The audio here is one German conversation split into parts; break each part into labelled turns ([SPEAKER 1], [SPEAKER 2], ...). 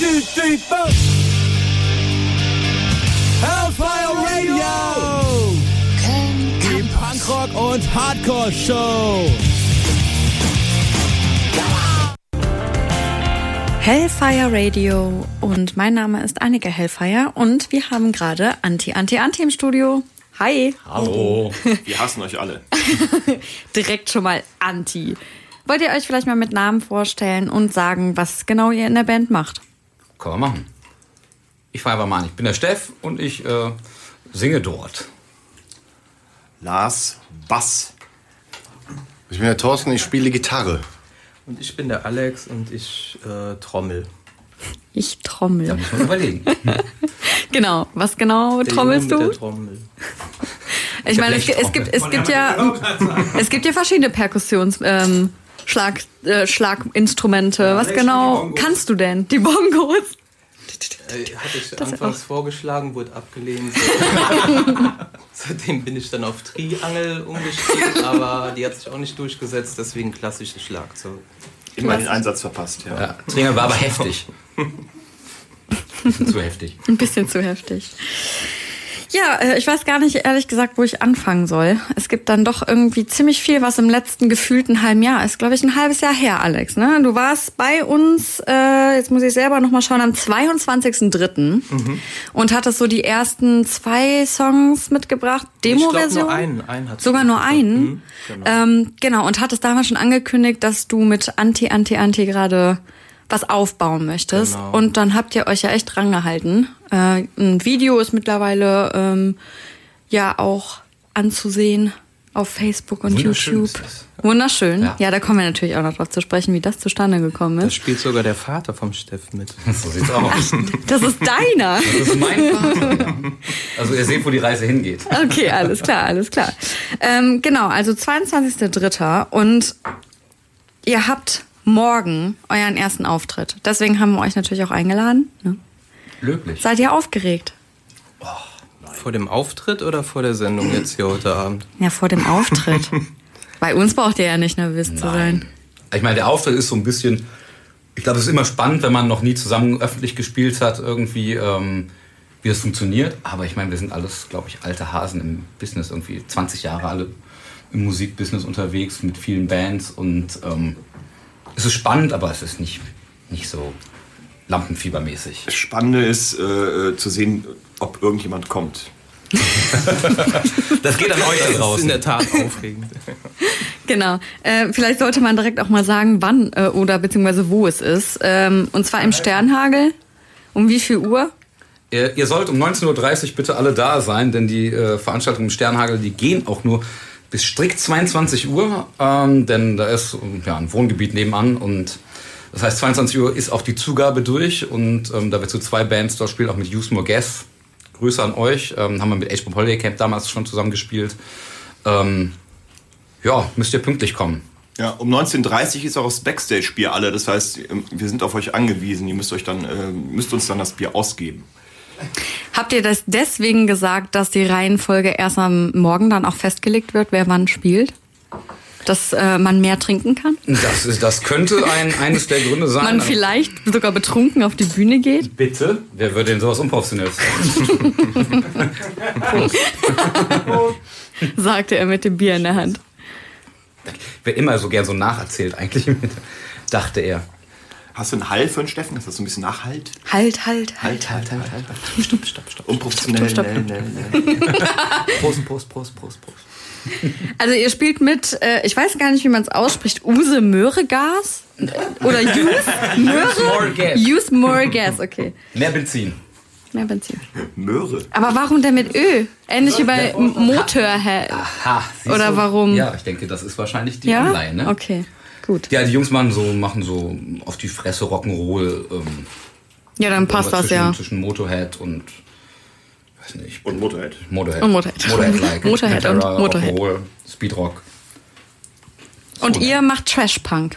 [SPEAKER 1] Muziektypen. Hellfire Radio. Die Punkrock und Hardcore Show.
[SPEAKER 2] Hellfire Radio und mein Name ist Annika Hellfire und wir haben gerade Anti Anti Anti im Studio. Hi.
[SPEAKER 3] Hallo. Wir hassen euch alle.
[SPEAKER 2] Direkt schon mal Anti. Wollt ihr euch vielleicht mal mit Namen vorstellen und sagen, was genau ihr in der Band macht?
[SPEAKER 4] Können wir machen. Ich fange einfach mal an. Ich bin der Steff und ich äh, singe dort.
[SPEAKER 3] Lars Bass.
[SPEAKER 5] Ich bin der Thorsten, ich spiele Gitarre.
[SPEAKER 6] Und ich bin der Alex und ich äh, trommel.
[SPEAKER 2] Ich trommel.
[SPEAKER 4] Da muss man überlegen.
[SPEAKER 2] Genau. Was genau
[SPEAKER 6] Der
[SPEAKER 2] trommelst
[SPEAKER 6] Junge
[SPEAKER 2] du?
[SPEAKER 6] Mit der Trommel. Äh,
[SPEAKER 2] Ich meine, es,
[SPEAKER 4] Blechtrommel.
[SPEAKER 2] es gibt es gibt ja es gibt ja verschiedene Perkussions ähm, Schlag, äh, Schlaginstrumente. Was genau kannst du denn? Die Bongos.
[SPEAKER 6] Äh, hatte ich anfangs vorgeschlagen, wurde abgelehnt. Seitdem bin ich dann auf Triangel umgestiegen, aber die hat sich auch nicht durchgesetzt, deswegen klassisches Schlagzeug.
[SPEAKER 3] Immer den Einsatz verpasst, ja.
[SPEAKER 4] Ja, Triangel war aber heftig. Bisschen zu heftig.
[SPEAKER 2] Ein bisschen zu heftig. Ja, äh, ich weiß gar nicht ehrlich gesagt, wo ich anfangen soll. Es gibt dann doch irgendwie ziemlich viel, was im letzten gefühlten halben Jahr ist. Glaube ich, ein halbes Jahr her, Alex. Ne? Du warst bei uns, äh, jetzt muss ich selber nochmal schauen, am 22.03.
[SPEAKER 6] Mhm.
[SPEAKER 2] und hattest so die ersten zwei Songs mitgebracht.
[SPEAKER 6] Ich glaub,
[SPEAKER 2] Demo-Version.
[SPEAKER 6] nur einen. einen hat's
[SPEAKER 2] Sogar nur einen. Ähm, genau, und hattest damals schon angekündigt, dass du mit Anti, Anti, Anti gerade was aufbauen möchtest.
[SPEAKER 6] Genau.
[SPEAKER 2] Und dann habt ihr euch ja echt dran gehalten. Äh, ein Video ist mittlerweile ähm, ja auch anzusehen auf Facebook und
[SPEAKER 4] Wunderschön
[SPEAKER 2] YouTube.
[SPEAKER 4] ist das.
[SPEAKER 2] Wunderschön. Ja.
[SPEAKER 4] Ja.
[SPEAKER 2] da kommen wir natürlich auch noch drauf zu sprechen, wie das zustande gekommen
[SPEAKER 6] Das
[SPEAKER 2] ist.
[SPEAKER 6] spielt sogar der Vater vom Steff mit.
[SPEAKER 4] So sieht's aus.
[SPEAKER 2] Das ist deiner.
[SPEAKER 4] Das ist mein Vater. ja. Also ihr seht, wo die Reise hingeht.
[SPEAKER 2] Okay, alles klar, alles klar. Ähm, genau, also 22.03. und ihr habt morgen euren ersten Auftritt. Deswegen haben wir euch natürlich auch eingeladen. Ne?
[SPEAKER 4] Löblich.
[SPEAKER 2] Seid ihr aufgeregt?
[SPEAKER 6] Vor dem Auftritt oder vor der Sendung jetzt hier heute Abend?
[SPEAKER 2] Ja, vor dem Auftritt. Bei uns braucht ihr ja nicht nervös zu sein.
[SPEAKER 4] Ich meine, der Auftritt ist so ein bisschen. Ich glaube, es ist immer spannend, wenn man noch nie zusammen öffentlich gespielt hat, irgendwie, ähm, wie das funktioniert. Aber ich meine, wir sind alles, glaube ich, alte Hasen im Business, irgendwie 20 Jahre alle im Musikbusiness unterwegs mit vielen Bands und ähm, es ist spannend, aber es ist nicht, nicht so lampenfiebermäßig.
[SPEAKER 3] Das Spannende ist, äh, äh, zu sehen, ob irgendjemand kommt.
[SPEAKER 4] Das geht an euch da
[SPEAKER 6] Das ist in
[SPEAKER 4] draußen.
[SPEAKER 6] der Tat aufregend.
[SPEAKER 2] Genau. Äh, vielleicht sollte man direkt auch mal sagen, wann äh, oder beziehungsweise wo es ist. Ähm, und zwar im Sternhagel. Um wie viel Uhr?
[SPEAKER 4] Ihr, ihr sollt um 19.30 Uhr bitte alle da sein, denn die äh, Veranstaltungen im Sternhagel, die gehen auch nur bis strikt 22 Uhr, ähm, denn da ist ähm, ja, ein Wohngebiet nebenan und das heißt 22 Uhr ist auch die Zugabe durch und ähm, da wir zu zwei Bands dort spielen, auch mit Use More Gas, Grüße an euch, ähm, haben wir mit H-Pop Holiday Camp damals schon zusammen gespielt. Ähm, ja, müsst ihr pünktlich kommen.
[SPEAKER 3] Ja, um 19.30 Uhr ist auch das Backstage-Bier alle. Das heißt, ähm, wir sind auf euch angewiesen. Ihr müsst, euch dann, äh, müsst uns dann das Bier ausgeben.
[SPEAKER 2] Habt ihr das deswegen gesagt, dass die Reihenfolge erst am Morgen dann auch festgelegt wird, wer wann spielt? Dass äh, man mehr trinken kann?
[SPEAKER 4] Das, ist, das könnte ein, eines der Gründe sein. also
[SPEAKER 2] Man vielleicht sogar betrunken auf die Bühne geht?
[SPEAKER 4] Bitte? Wer würde denn sowas Unprofessionelles sagen?
[SPEAKER 2] sagte er mit dem Bier in der Hand.
[SPEAKER 4] Wird immer so gern so nacherzählt, eigentlich, dachte er.
[SPEAKER 3] Hast du einen Hall für den Steffen? Ist das so ein bisschen Nachhalt?
[SPEAKER 2] Halt, halt, halt.
[SPEAKER 3] halt, halt, halt. Stopp, stopp, stopp. Unprofessionell. ne,
[SPEAKER 2] Stopp, stopp,
[SPEAKER 3] Schnell, schnell, schnell.
[SPEAKER 4] Prost, Prost, Prost, Prost, Prost.
[SPEAKER 2] Also ihr spielt mit, äh, ich weiß gar nicht, wie man es ausspricht, Use Möhregas? Oder Use
[SPEAKER 4] more
[SPEAKER 2] Möhre?
[SPEAKER 4] gas.
[SPEAKER 2] Use more gas, okay.
[SPEAKER 4] Mehr Benzin.
[SPEAKER 2] Mehr Benzin.
[SPEAKER 3] Möhre.
[SPEAKER 2] Aber warum denn mit Ö? Ähnlich wie bei M- Motorhead.
[SPEAKER 4] Ha, siehst
[SPEAKER 2] Oder
[SPEAKER 4] du?
[SPEAKER 2] warum?
[SPEAKER 4] Ja, ich denke, das ist wahrscheinlich die
[SPEAKER 2] Ja?
[SPEAKER 4] Anleihe, ne?
[SPEAKER 2] Okay, gut.
[SPEAKER 4] Ja, die Jungs machen so, machen so auf die Fresse Rock'n'Roll. Ähm,
[SPEAKER 2] Ja, dann passt
[SPEAKER 4] irgendwas
[SPEAKER 2] das
[SPEAKER 4] zwischen,
[SPEAKER 2] ja.
[SPEAKER 4] Zwischen Motorhead und, weiß nicht,
[SPEAKER 3] Und Motorhead.
[SPEAKER 4] Motorhead.
[SPEAKER 2] Und Motorhead.
[SPEAKER 4] Motorhead-like.
[SPEAKER 2] Motorhead und
[SPEAKER 4] Pantera,
[SPEAKER 2] Motorhead.
[SPEAKER 4] Rock'n'Roll, Speedrock.
[SPEAKER 2] Und
[SPEAKER 4] Oder?
[SPEAKER 2] ihr macht Trash-Punk.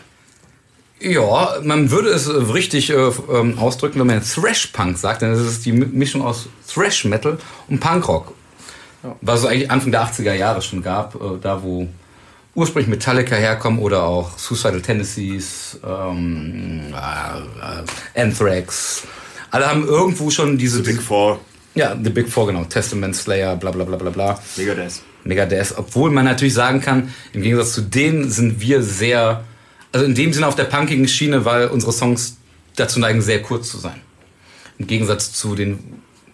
[SPEAKER 4] Ja, man würde es äh, richtig äh, f- ähm, ausdrücken, wenn man Thrash-Punk sagt, denn das ist die Mi- Mischung aus Thrash-Metal und Punkrock. Was es eigentlich Anfang der 80er Jahre schon gab, äh, da wo ursprünglich Metallica herkommen oder auch Suicidal Tendencies, ähm, äh, äh, Anthrax, Alle haben irgendwo schon diese.
[SPEAKER 3] Big Four,
[SPEAKER 4] ja, The Big Four, genau. Testament, Slayer, bla bla bla bla bla.
[SPEAKER 3] Megadeth.
[SPEAKER 4] Megadeth. Obwohl man natürlich sagen kann, im Gegensatz zu denen sind wir sehr, also in dem Sinne auf der punkigen Schiene, weil unsere Songs dazu neigen, sehr kurz zu sein. Im Gegensatz zu den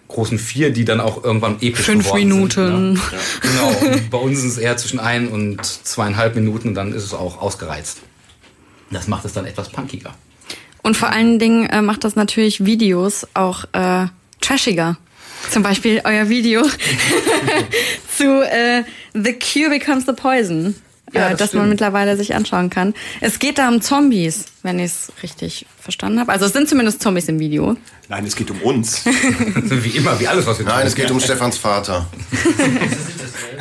[SPEAKER 4] großen vier, die dann auch irgendwann episch
[SPEAKER 2] Fünf
[SPEAKER 4] geworden
[SPEAKER 2] Minuten.
[SPEAKER 4] Sind, ne? Genau. Und Bei uns ist es eher zwischen ein und zweieinhalb Minuten und dann ist es auch ausgereizt. Das macht es dann etwas punkiger.
[SPEAKER 2] Und vor allen Dingen äh, macht das natürlich Videos auch äh, trashiger. Zum Beispiel euer Video zu äh, The Cure Becomes the Poison,
[SPEAKER 4] Ja,
[SPEAKER 2] äh,
[SPEAKER 4] das
[SPEAKER 2] das, man
[SPEAKER 4] stimmt.
[SPEAKER 2] mittlerweile sich anschauen kann. Es geht da um Zombies, wenn ich es richtig verstanden habe. Also es sind zumindest Zombies im Video.
[SPEAKER 3] Nein, es geht um uns.
[SPEAKER 4] Wie immer, wie alles, was wir
[SPEAKER 5] Nein,
[SPEAKER 4] tun.
[SPEAKER 5] es geht um Stefans Vater.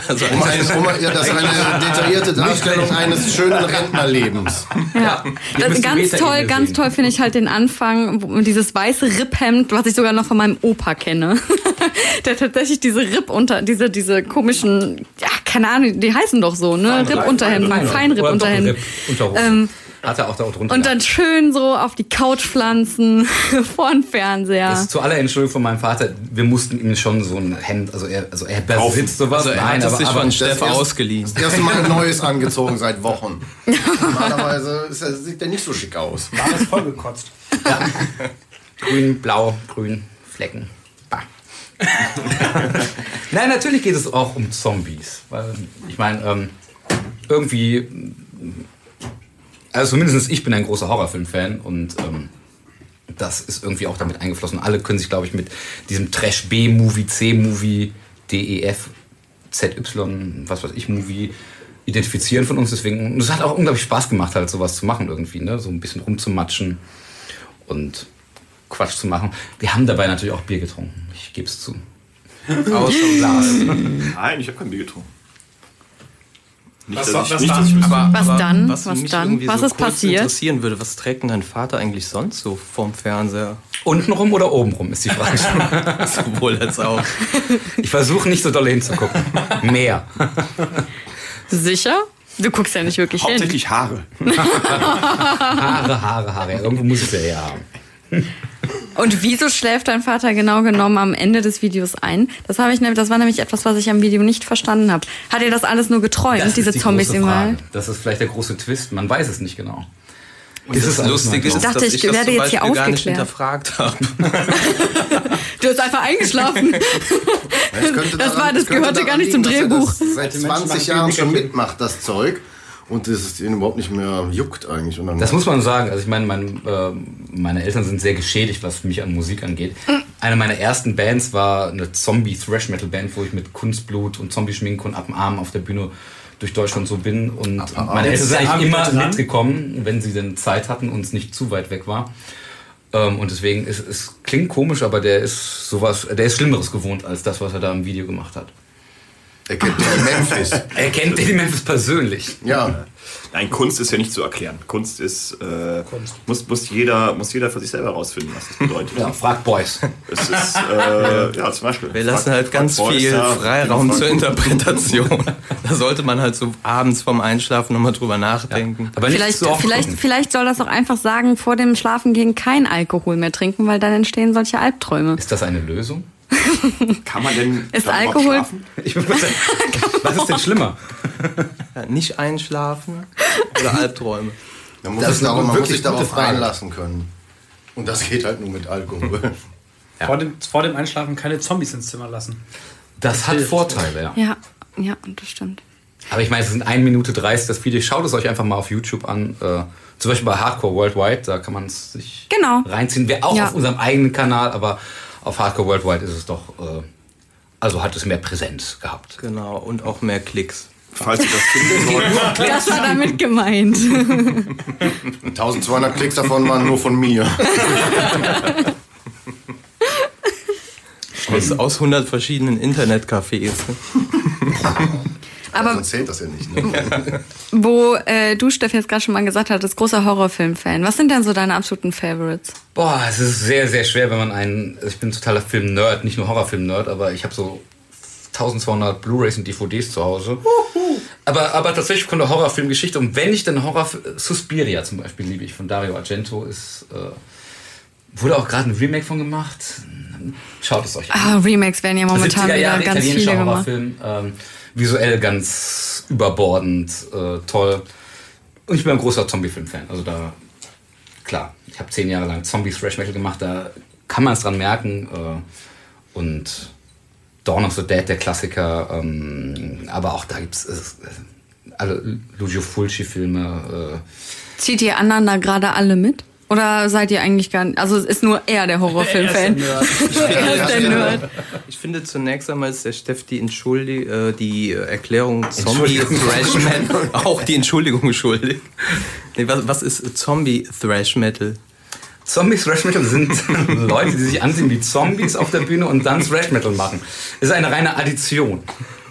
[SPEAKER 2] Also
[SPEAKER 5] um eine, um, ja, das ist eine detaillierte Darstellung eines schönen Rentnerlebens.
[SPEAKER 2] Ja, das
[SPEAKER 4] müssen
[SPEAKER 2] ganz
[SPEAKER 4] Metaebene
[SPEAKER 2] toll, ganz
[SPEAKER 4] sehen.
[SPEAKER 2] toll finde ich halt den Anfang, wo- dieses weiße Ripphemd, was ich sogar noch von meinem Opa kenne. Der tatsächlich diese Ripp unter, diese, diese komischen, ja, keine Ahnung, die heißen doch so, ne? Ripp unterhemden, Feinripp
[SPEAKER 4] Oder
[SPEAKER 2] unterhemden.
[SPEAKER 4] Doppelripp Unterhose.
[SPEAKER 2] Ähm,
[SPEAKER 4] Hat er auch da drunter.
[SPEAKER 2] Und dann schön so auf die Couch pflanzen, vor den Fernseher.
[SPEAKER 4] Das ist zu aller Entschuldigung von meinem Vater, wir mussten ihm schon so ein Hemd, also er, also er besitzt sowas.
[SPEAKER 6] Also er
[SPEAKER 4] Nein,
[SPEAKER 6] hat es
[SPEAKER 4] aber,
[SPEAKER 6] sich
[SPEAKER 4] aber
[SPEAKER 6] von Stefan
[SPEAKER 5] erst-
[SPEAKER 6] ausgeliehen.
[SPEAKER 5] Das erste Mal ein neues angezogen seit Wochen. Normalerweise ist er, sieht er nicht so schick aus.
[SPEAKER 7] Alles vollgekotzt.
[SPEAKER 4] grün, blau, grün, Flecken. Bah. Nein, natürlich geht es auch um Zombies. Weil, ich meine, ähm, irgendwie, also zumindest ich bin ein großer Horrorfilm-Fan und ähm, das ist irgendwie auch damit eingeflossen. Alle können sich, glaube ich, mit diesem Trash B-Movie, C-Movie, E DEF, ZY, was weiß ich, Movie identifizieren von uns. Deswegen, und es hat auch unglaublich Spaß gemacht, halt sowas zu machen irgendwie, ne? so ein bisschen rumzumatschen und Quatsch zu machen. Wir haben dabei natürlich auch Bier getrunken. Ich gebe es zu.
[SPEAKER 6] Aus dem Glas.
[SPEAKER 3] Nein, ich habe kein Bier getrunken. Nicht,
[SPEAKER 7] Was
[SPEAKER 3] dass
[SPEAKER 7] war-
[SPEAKER 3] ich,
[SPEAKER 7] was
[SPEAKER 3] nicht,
[SPEAKER 7] war-
[SPEAKER 3] dass ich wüsste.
[SPEAKER 6] Aber,
[SPEAKER 2] Was
[SPEAKER 6] aber
[SPEAKER 2] dann?
[SPEAKER 6] Was,
[SPEAKER 2] Was
[SPEAKER 6] mich
[SPEAKER 2] dann?
[SPEAKER 6] irgendwie
[SPEAKER 2] Was
[SPEAKER 6] so
[SPEAKER 2] ist
[SPEAKER 6] kurz
[SPEAKER 2] passiert?
[SPEAKER 6] interessieren würde, was trägt denn dein Vater eigentlich sonst so vom Fernseher?
[SPEAKER 4] Untenrum oder obenrum ist die Frage.
[SPEAKER 6] Sowohl als auch.
[SPEAKER 4] Ich versuche nicht so doll hinzugucken. Mehr.
[SPEAKER 2] Sicher? Du guckst ja nicht wirklich hin.
[SPEAKER 3] Hauptsächlich Haare.
[SPEAKER 4] Haare, Haare, Haare. Irgendwo muss ich sie ja haben.
[SPEAKER 2] Und wieso schläft dein Vater genau genommen am Ende des Videos ein? Das habe ich, nämlich- das war nämlich etwas, was ich am Video nicht verstanden habe. Hat er das alles nur geträumt,
[SPEAKER 4] Das ist
[SPEAKER 2] diese
[SPEAKER 4] die
[SPEAKER 2] Zombies
[SPEAKER 4] große
[SPEAKER 2] im
[SPEAKER 4] Frage.
[SPEAKER 2] Wald?
[SPEAKER 4] Das ist vielleicht der große Twist. Man weiß es nicht genau.
[SPEAKER 6] Und das
[SPEAKER 4] alles
[SPEAKER 6] Lustige
[SPEAKER 4] mal
[SPEAKER 6] ist,
[SPEAKER 4] drauf.
[SPEAKER 6] dass
[SPEAKER 2] dachte,
[SPEAKER 6] ich,
[SPEAKER 2] ich
[SPEAKER 6] das
[SPEAKER 2] werde
[SPEAKER 6] zum
[SPEAKER 2] jetzt hier
[SPEAKER 6] Beispiel gar nicht
[SPEAKER 2] aufgeklärt.
[SPEAKER 6] hinterfragt habe.
[SPEAKER 2] Du hast einfach eingeschlafen.
[SPEAKER 5] Es könnte
[SPEAKER 2] Das war- das
[SPEAKER 5] es könnte
[SPEAKER 2] gehörte
[SPEAKER 5] daran
[SPEAKER 2] gar nicht zum
[SPEAKER 5] liegen, dass er
[SPEAKER 2] Drehbuch.
[SPEAKER 5] Das seit
[SPEAKER 7] Menschen machen
[SPEAKER 5] 20
[SPEAKER 7] viel
[SPEAKER 5] Jahren schon
[SPEAKER 7] Nickerchen.
[SPEAKER 5] mitmacht, das Zeug. Und das ist ihnen überhaupt nicht mehr juckt eigentlich. Und dann
[SPEAKER 4] Das muss man sagen. Also ich meine, mein, äh, meine Eltern sind sehr geschädigt, was mich an Musik angeht. Eine meiner ersten Bands war eine Zombie-Thrash-Metal-Band, wo ich mit Kunstblut und Zombie-Schminke und ab dem Arm auf der Bühne durch Deutschland so bin. Und meine Eltern sind
[SPEAKER 7] Arm
[SPEAKER 4] eigentlich immer
[SPEAKER 7] dran.
[SPEAKER 4] mitgekommen, wenn sie denn Zeit hatten und es nicht zu weit weg war. Ähm, und deswegen, es, es klingt komisch, aber der ist sowas, der ist Schlimmeres gewohnt als das, was er da im Video gemacht hat.
[SPEAKER 5] er kennt den Memphis.
[SPEAKER 4] Er kennt den Memphis persönlich.
[SPEAKER 5] Ja,
[SPEAKER 3] Nein, Kunst ist ja nicht zu erklären. Kunst ist. Äh, Muss, muss, jeder, muss jeder für sich selber herausfinden, was das bedeutet.
[SPEAKER 4] Ja, frag Boys.
[SPEAKER 3] Es ist. Äh, ja, zum Beispiel.
[SPEAKER 6] Wir lassen halt ganz
[SPEAKER 3] Frank
[SPEAKER 6] viel
[SPEAKER 3] Forster,
[SPEAKER 6] Freiraum
[SPEAKER 3] Frank-
[SPEAKER 6] zur Interpretation. Da sollte man halt so abends vorm Einschlafen nochmal drüber nachdenken.
[SPEAKER 4] Aber nicht
[SPEAKER 2] Vielleicht,
[SPEAKER 4] zu oft
[SPEAKER 2] vielleicht,
[SPEAKER 4] gucken.
[SPEAKER 2] vielleicht soll das auch einfach sagen, vor dem Schlafengehen kein Alkohol mehr trinken, weil dann entstehen solche Albträume.
[SPEAKER 4] Ist das eine Lösung?
[SPEAKER 3] Kann man denn.
[SPEAKER 2] Ist
[SPEAKER 3] darüber
[SPEAKER 2] Alkohol-
[SPEAKER 3] schlafen?
[SPEAKER 4] Ich würde mal sagen, was ist denn schlimmer?
[SPEAKER 6] Ja, Nicht einschlafen oder Albträume.
[SPEAKER 5] dann muss
[SPEAKER 4] Das
[SPEAKER 5] das
[SPEAKER 4] ist eine
[SPEAKER 5] darum, man muss
[SPEAKER 4] wirklich
[SPEAKER 5] sich
[SPEAKER 4] gute
[SPEAKER 5] darauf
[SPEAKER 4] Frage.
[SPEAKER 5] einlassen können. Und das geht halt nur mit Alkohol.
[SPEAKER 7] Vor, dem, vor dem Einschlafen keine Zombies ins Zimmer lassen.
[SPEAKER 4] Das hat Vorteile, ja.
[SPEAKER 2] Ja, ja, das stimmt.
[SPEAKER 4] Aber ich meine, es sind 1 Minute 30 das Video. Schaut es euch einfach mal auf YouTube an. Äh, zum Beispiel bei Hardcore Worldwide, da kann man es sich
[SPEAKER 2] Genau.
[SPEAKER 4] reinziehen. Wir auch
[SPEAKER 2] Ja.
[SPEAKER 4] auf unserem eigenen Kanal, aber auf Hardcore Worldwide ist es doch, äh, also hat es mehr Präsenz gehabt.
[SPEAKER 6] Genau, und auch mehr Klicks.
[SPEAKER 3] Falls ihr das finden wollt.
[SPEAKER 2] Das war damit gemeint.
[SPEAKER 5] 1200 Klicks davon waren nur von mir.
[SPEAKER 6] Aus, aus 100 verschiedenen Internetcafés. ne?
[SPEAKER 2] Aber
[SPEAKER 5] Sonst zählt das ja nicht. Ne?
[SPEAKER 2] wo äh, du, Steff, jetzt gerade schon mal gesagt hattest, großer Horrorfilm-Fan. Was sind denn so deine absoluten Favorites?
[SPEAKER 4] Boah, es ist sehr, sehr schwer, wenn man einen. also Ich bin totaler Film-Nerd, nicht nur Horrorfilm-Nerd, aber ich habe so 1200 Blu-rays und DVDs zu Hause. Aber, aber tatsächlich von der Horrorfilmgeschichte. Und wenn ich dann Horror. Suspiria zum Beispiel liebe ich von Dario Argento. Ist äh, Wurde auch gerade ein Remake von gemacht. Schaut es euch an.
[SPEAKER 2] Ah, Remakes werden ja momentan
[SPEAKER 4] 70er
[SPEAKER 2] wieder
[SPEAKER 4] Jahre
[SPEAKER 2] ganz viele
[SPEAKER 4] italienischer
[SPEAKER 2] gemacht.
[SPEAKER 4] Horrorfilm. Ähm, visuell ganz überbordend, äh, toll. Und ich bin ein großer Zombie-Film-Fan. Also da, klar, ich habe zehn Jahre lang Zombie-Thrash-Metal gemacht, da kann man es dran merken. Äh, und Dawn of the Dead, der Klassiker. Ähm, aber auch da gibt es äh, alle Lucio Fulci-Filme. äh.
[SPEAKER 2] Zieht ihr anderen da gerade alle mit? Oder seid ihr eigentlich gar nicht? Also es ist nur er der Horrorfilm-Fan. Er ist der Nerd.
[SPEAKER 6] Ich finde zunächst einmal ist der Steff die, Entschuldi äh, die äh, Erklärung Zombie Thrash Metal auch die Entschuldigung schuldig. Nee, was, was ist Zombie Thrash Metal?
[SPEAKER 4] Äh, Zombie-Thrash-Metal sind Leute, die sich anziehen wie Zombies auf der Bühne und dann Thrash-Metal machen. Ist eine reine Addition.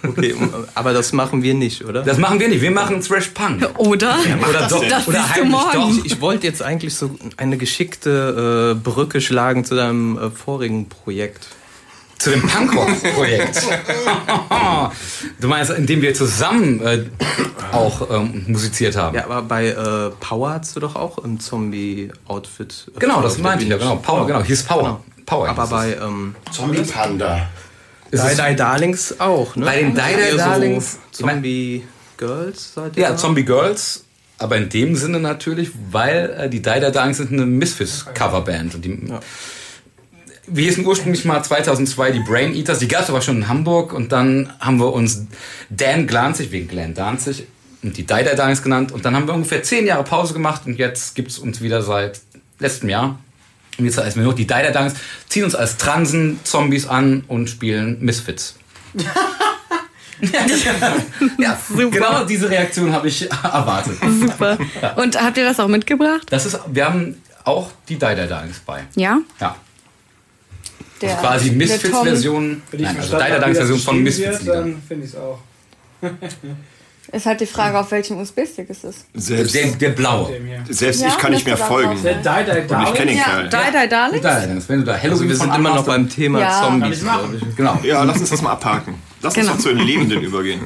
[SPEAKER 6] Okay, um, aber das machen wir nicht, oder?
[SPEAKER 4] Das machen wir nicht. Wir machen Thrash Punk.
[SPEAKER 2] Oder?
[SPEAKER 4] Oder doch.
[SPEAKER 2] Oh, Das
[SPEAKER 4] oder
[SPEAKER 2] siehst du morgen.
[SPEAKER 6] ich, ich wollte jetzt eigentlich so eine geschickte äh, Brücke schlagen zu deinem äh, vorigen Projekt.
[SPEAKER 4] Zu dem Punkrock-Projekt. du meinst, indem wir zusammen äh, auch ähm, musiziert haben.
[SPEAKER 6] Ja, aber bei äh, Power hast du doch auch im Zombie-Outfit. äh,
[SPEAKER 4] Genau,
[SPEAKER 6] auf
[SPEAKER 4] das
[SPEAKER 6] der
[SPEAKER 4] meinte ich ja.
[SPEAKER 6] Bühne
[SPEAKER 4] Genau, Power. Genau, hieß Power. Power.
[SPEAKER 6] Aber
[SPEAKER 4] hieß es.
[SPEAKER 6] bei ähm,
[SPEAKER 5] Zombie Panda.
[SPEAKER 4] Es
[SPEAKER 6] Die
[SPEAKER 4] ist-
[SPEAKER 6] Die Darlings auch, ne?
[SPEAKER 4] Bei den Die Die
[SPEAKER 6] Eher so
[SPEAKER 4] Darlings-
[SPEAKER 6] Zombie Girls seid ihr?
[SPEAKER 4] ja,
[SPEAKER 6] da?
[SPEAKER 4] Äh, Zombie Girls. Aber in dem Sinne natürlich, weil äh, die Die Die Darlings sind eine Misfits-Coverband. Und die, Wir hießen ursprünglich mal 2002 die Brain Eaters. Die gab es aber schon in Hamburg. Und dann haben wir uns Dan Glanzig, wegen Glenn Danzig, und die Die Die Darlings genannt. Und dann haben wir ungefähr zehn Jahre Pause gemacht. Und jetzt gibt es uns wieder seit letztem Jahr. Und jetzt heißen wir noch die Die Die Darlings, ziehen uns als Transen, Zombies an und spielen Misfits. ja, genau diese Reaktion habe ich erwartet.
[SPEAKER 2] Super. Und habt ihr das auch mitgebracht?
[SPEAKER 4] Das ist, wir haben auch die Die Die Darlings bei.
[SPEAKER 2] Ja.
[SPEAKER 4] Ja.
[SPEAKER 2] Der,
[SPEAKER 4] Quasi
[SPEAKER 2] der Tom-
[SPEAKER 4] Misfits-Version.
[SPEAKER 7] Wenn ich
[SPEAKER 4] Nein, also
[SPEAKER 7] verstanden
[SPEAKER 4] Deider
[SPEAKER 7] habe, wie
[SPEAKER 4] Danks
[SPEAKER 7] das
[SPEAKER 4] Version von
[SPEAKER 7] geschrieben
[SPEAKER 4] Misfits.
[SPEAKER 7] wird,
[SPEAKER 4] Liedern.
[SPEAKER 7] Dann finde ich es auch.
[SPEAKER 2] Ist halt die Frage, auf welchem USB-Stick es ist.
[SPEAKER 3] Selbst,
[SPEAKER 4] Der, der blaue.
[SPEAKER 7] Dem hier.
[SPEAKER 3] selbst
[SPEAKER 2] Ja,
[SPEAKER 3] ich kann nicht
[SPEAKER 2] das
[SPEAKER 3] mehr
[SPEAKER 2] war
[SPEAKER 3] folgen.
[SPEAKER 7] Der
[SPEAKER 3] Und
[SPEAKER 7] Die Die
[SPEAKER 3] ich kenne
[SPEAKER 7] Darling.
[SPEAKER 3] den
[SPEAKER 2] Ja,
[SPEAKER 3] Kerl.
[SPEAKER 2] Die Die
[SPEAKER 4] Die Die
[SPEAKER 2] Darlings.
[SPEAKER 4] Darlings. Wenn du da Halloween
[SPEAKER 6] Also wir
[SPEAKER 4] von
[SPEAKER 6] sind immer noch
[SPEAKER 4] anmachst,
[SPEAKER 6] beim Thema
[SPEAKER 2] Ja.
[SPEAKER 7] Kann ich
[SPEAKER 6] Zombies.
[SPEAKER 7] machen.
[SPEAKER 6] glaub ich.
[SPEAKER 4] Genau.
[SPEAKER 3] Ja, lass uns das mal abhaken. Lass
[SPEAKER 2] Genau.
[SPEAKER 3] uns doch zu den Lebenden übergehen.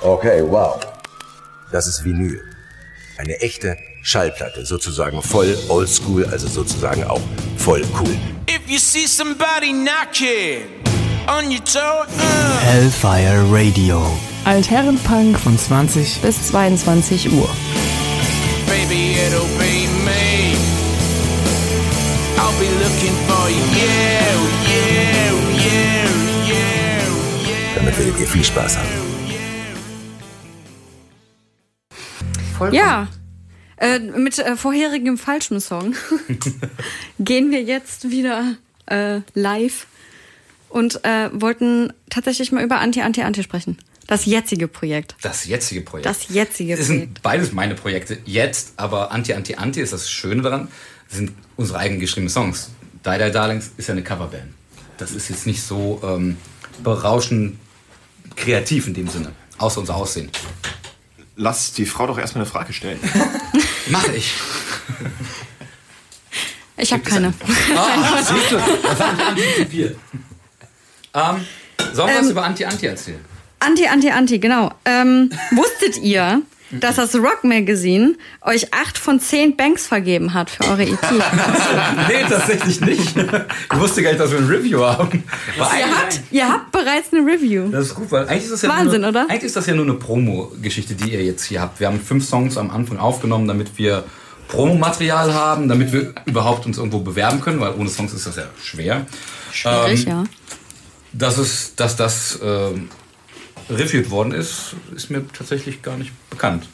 [SPEAKER 8] Okay, wow. Das ist Vinyl. Eine echte Schallplatte, sozusagen voll oldschool, also sozusagen auch voll cool.
[SPEAKER 9] If you see somebody knocking on your door, uh.
[SPEAKER 1] Hellfire Radio.
[SPEAKER 10] Altherrenpunk von 20 bis 22 Uhr.
[SPEAKER 9] baby, it'll be me. I'll be looking for you, you, you, you, you.
[SPEAKER 8] Damit werdet ihr viel Spaß haben.
[SPEAKER 2] Ja. Äh, mit äh, vorherigem falschem Song gehen wir jetzt wieder äh, live und äh, wollten tatsächlich mal über Anti, Anti, Anti sprechen. Das jetzige Projekt.
[SPEAKER 4] Das jetzige Projekt.
[SPEAKER 2] Das jetzige
[SPEAKER 4] Es
[SPEAKER 2] Projekt.
[SPEAKER 4] sind beides meine Projekte jetzt, aber Anti, Anti, Anti ist das Schöne daran, sind unsere eigenen geschriebenen Songs. Die Die Darlings ist ja eine Coverband. Das ist jetzt nicht so ähm, berauschend kreativ in dem Sinne. Außer unser Aussehen.
[SPEAKER 3] Lass die Frau doch erstmal eine Frage stellen.
[SPEAKER 4] Mache ich.
[SPEAKER 2] Ich habe keine.
[SPEAKER 4] Ah, siehst du, das hab ich antizipiert. Ähm, sollen wir was über Anti, Anti erzählen?
[SPEAKER 2] Anti, Anti, Anti, genau. Ähm, wusstet ihr, dass das Rock Magazine euch acht von zehn Banks vergeben hat für eure E EP?
[SPEAKER 4] nee, tatsächlich nicht. Ich wusste gar nicht, dass wir ein Review haben. Aber
[SPEAKER 2] ihr, habt, ihr habt bereits eine Review.
[SPEAKER 4] Das ist gut, weil eigentlich ist das ja
[SPEAKER 2] Wahnsinn,
[SPEAKER 4] nur,
[SPEAKER 2] oder?
[SPEAKER 4] Eigentlich ist das ja nur eine Promo-Geschichte, die ihr jetzt hier habt. Wir haben fünf Songs am Anfang aufgenommen, damit wir Promomaterial haben, damit wir überhaupt uns irgendwo bewerben können, weil ohne Songs ist das ja schwer. Ähm,
[SPEAKER 2] Schwierig, ja.
[SPEAKER 4] Dass es, dass das ähm, reviewed worden ist, ist mir tatsächlich gar nicht bekannt.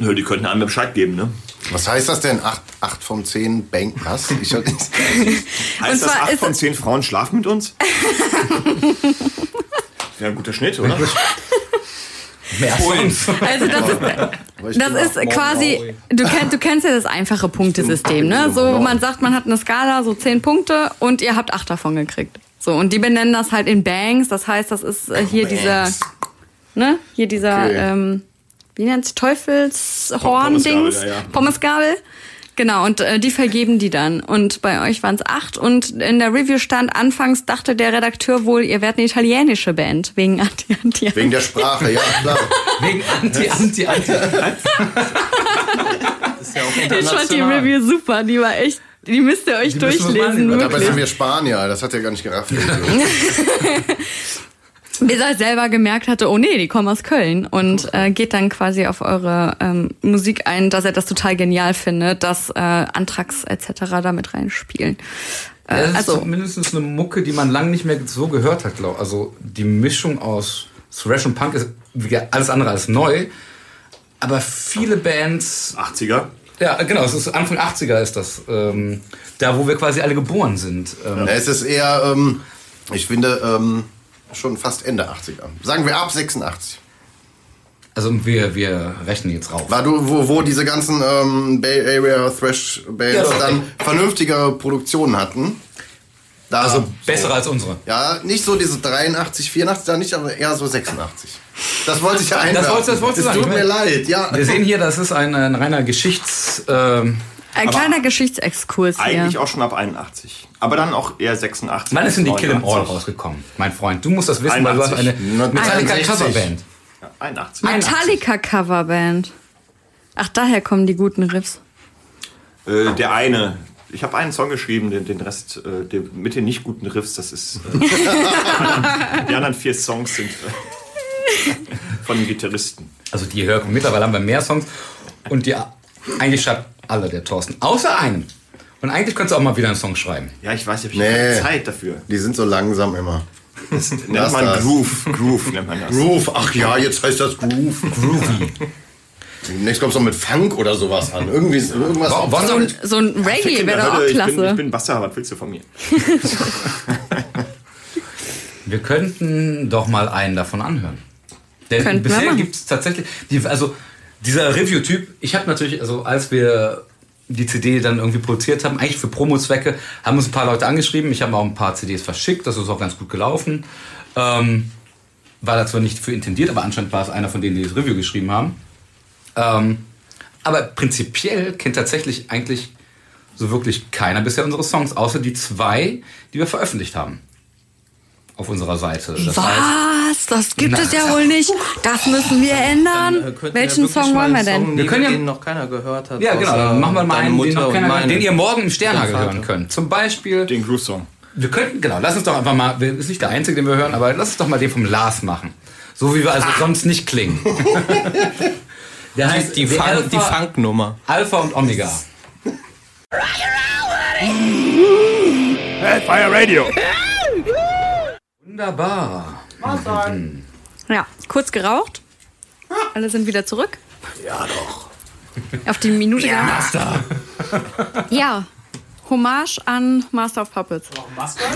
[SPEAKER 3] Nö, die könnten einem Bescheid geben, ne?
[SPEAKER 5] Was heißt das denn? 8, acht von 10 Bankers? Ich hab,
[SPEAKER 3] Heißt das,
[SPEAKER 2] zwar
[SPEAKER 3] acht
[SPEAKER 2] ist-
[SPEAKER 3] von zehn Frauen schlafen mit uns? Wäre ein guter Schnitt, oder?
[SPEAKER 4] Mehr Songs.
[SPEAKER 2] Also das ist, das ist quasi, du, kenn, du kennst ja das einfache Punktesystem, ne? So, man sagt, man hat eine Skala, so zehn Punkte und ihr habt acht davon gekriegt. So, und die benennen das halt in Bangs, das heißt, das ist äh, hier dieser, ne? Hier dieser,
[SPEAKER 5] Okay.
[SPEAKER 2] ähm, wie nennt's, Teufelshorn-Dings?
[SPEAKER 3] Pommesgabel, ja, ja.
[SPEAKER 2] Pommesgabel. Genau, und äh, die vergeben die dann. Und bei euch waren es acht. Und in der Review stand, anfangs dachte der Redakteur wohl, ihr wärt eine italienische Band, wegen Anti Anti.
[SPEAKER 5] wegen der Sprache, ja, klar.
[SPEAKER 4] Wegen Anti, Anti, Anti.
[SPEAKER 6] Das ist ja auch
[SPEAKER 2] Ich fand die Review super, die war echt. Die müsst ihr euch
[SPEAKER 5] Die müssen wir
[SPEAKER 2] durchlesen.
[SPEAKER 5] mal- Dabei sind
[SPEAKER 2] Wirklich.
[SPEAKER 5] wir Spanier, das hat er gar nicht gerafft.
[SPEAKER 2] Bis er selber gemerkt hatte, oh nee, die kommen aus Köln und äh, geht dann quasi auf eure ähm, Musik ein, dass er das total genial findet, dass äh, Antrax etc. damit reinspielen. Äh,
[SPEAKER 4] das ist
[SPEAKER 2] also,
[SPEAKER 4] zumindest eine Mucke, die man lange nicht mehr so gehört hat, glaube Also die Mischung aus Thrash und Punk ist wie gesagt, alles andere als neu. Aber viele Bands.
[SPEAKER 3] 80er?
[SPEAKER 4] Ja, genau, es ist Anfang 80er ist das. Ähm, da, wo wir quasi alle geboren sind. Ähm,
[SPEAKER 5] Ja, Es ist eher, ähm, ich finde, ähm, schon fast Ende 80er. Sagen wir ab 86.
[SPEAKER 4] Also wir, wir rechnen jetzt rauf.
[SPEAKER 5] War du, wo, wo diese ganzen ähm, Bay Area Thrash Bands
[SPEAKER 4] Ja.
[SPEAKER 5] dann vernünftigere Produktionen hatten. Da, also
[SPEAKER 4] bessere als unsere.
[SPEAKER 5] Ja, nicht so diese 83, 84, da nicht, aber eher so 86. Das wollte ich ja einwerfen.
[SPEAKER 4] Das wolltest, das wolltest du
[SPEAKER 5] es
[SPEAKER 4] sagen.
[SPEAKER 5] tut mir leid, ja.
[SPEAKER 4] Wir sehen hier, das ist ein, ein reiner Geschichts... Ähm,
[SPEAKER 2] ein
[SPEAKER 3] aber
[SPEAKER 2] kleiner Geschichtsexkurs hier.
[SPEAKER 3] Eigentlich auch schon ab 81. Aber dann auch eher 86.
[SPEAKER 4] wann ist denn die Kill 'Em All
[SPEAKER 3] 89.
[SPEAKER 4] rausgekommen, mein Freund? Du musst das wissen, weil du hast
[SPEAKER 3] 81.
[SPEAKER 4] eine Metallica
[SPEAKER 5] 1960.
[SPEAKER 4] Coverband.
[SPEAKER 3] Ja, 81.
[SPEAKER 2] Metallica Coverband. Ach, daher kommen die guten Riffs.
[SPEAKER 3] Äh, der eine. Ich habe einen Song geschrieben, den, den Rest äh, der, mit den nicht guten Riffs, das ist. Äh, die anderen vier Songs sind äh, von den Gitarristen.
[SPEAKER 4] Also die hören mittlerweile haben wir mehr Songs und die eigentlich schreibt alle der Thorsten, außer einem. Und eigentlich könntest du auch mal wieder einen Song schreiben.
[SPEAKER 3] Ja, ich weiß, ich habe
[SPEAKER 5] Nee.
[SPEAKER 3] keine Zeit dafür.
[SPEAKER 5] Die sind so langsam immer.
[SPEAKER 3] Hm, Das nennt
[SPEAKER 5] Lass
[SPEAKER 3] man
[SPEAKER 5] das.
[SPEAKER 3] Groove. Groove nennt man das.
[SPEAKER 5] Groove, ach ja, jetzt heißt das Groove. Groovy. Demnächst kommst du mit Funk oder sowas an. Irgendwie ist- irgendwas.
[SPEAKER 4] Wa- wa-
[SPEAKER 2] So, ein- so ein
[SPEAKER 3] Fick
[SPEAKER 2] Reggae
[SPEAKER 3] in
[SPEAKER 2] wäre
[SPEAKER 3] der
[SPEAKER 2] doch
[SPEAKER 3] Hölle,
[SPEAKER 2] auch
[SPEAKER 3] Ich bin, ich
[SPEAKER 2] klasse.
[SPEAKER 3] bin Basser, was willst du von mir?
[SPEAKER 4] Wir könnten doch mal einen davon anhören. Denn
[SPEAKER 2] Könnten wir
[SPEAKER 4] bisher
[SPEAKER 2] machen.
[SPEAKER 4] gibt es tatsächlich, die, also dieser Review-Typ, ich habe natürlich, also als wir die CD dann irgendwie produziert haben, eigentlich für Promo-Zwecke, haben uns ein paar Leute angeschrieben. Ich habe auch ein paar CDs verschickt, das ist auch ganz gut gelaufen. Ähm, war da zwar nicht für intendiert, aber anscheinend war es einer von denen, die das Review geschrieben haben. Ähm, aber prinzipiell kennt tatsächlich eigentlich so wirklich keiner bisher unsere Songs, außer die zwei, die wir veröffentlicht haben. Auf unserer Seite. Das heißt,
[SPEAKER 2] Was? Das gibt
[SPEAKER 4] Na,
[SPEAKER 2] es ja wohl nicht. Das müssen wir ändern.
[SPEAKER 6] Dann, äh, könnten
[SPEAKER 2] Welchen
[SPEAKER 6] wir wirklich
[SPEAKER 2] Song
[SPEAKER 6] mal
[SPEAKER 2] wollen wir
[SPEAKER 6] einen
[SPEAKER 2] denn?
[SPEAKER 6] Song
[SPEAKER 4] Wir
[SPEAKER 6] nehmen,
[SPEAKER 4] können ja-
[SPEAKER 6] den noch keiner gehört hat.
[SPEAKER 4] ja, genau. Dann
[SPEAKER 6] außer
[SPEAKER 4] machen wir mal
[SPEAKER 6] deine
[SPEAKER 4] einen, den,
[SPEAKER 6] Mutter
[SPEAKER 4] noch
[SPEAKER 6] und
[SPEAKER 4] keiner,
[SPEAKER 6] meine.
[SPEAKER 4] den ihr morgen im Sternhagel
[SPEAKER 6] Dein Vater.
[SPEAKER 4] hören könnt. Zum Beispiel,
[SPEAKER 3] Den Groove-Song.
[SPEAKER 4] wir könnten, genau, lass uns doch einfach mal, wir- ist nicht der einzige, den wir hören, aber lass uns doch mal den vom Lars machen. So wie wir also sonst nicht klingen. der heißt
[SPEAKER 6] Ah. Die,
[SPEAKER 4] The
[SPEAKER 6] Funk, die
[SPEAKER 4] Alpha,
[SPEAKER 6] Funknummer.
[SPEAKER 4] Alpha und Omega.
[SPEAKER 3] Fire Radio.
[SPEAKER 4] Wunderbar.
[SPEAKER 2] Ja, kurz geraucht. Alle sind wieder zurück. Ja, doch. Auf die Minute ja, Master. Ja, Hommage an Master of Puppets.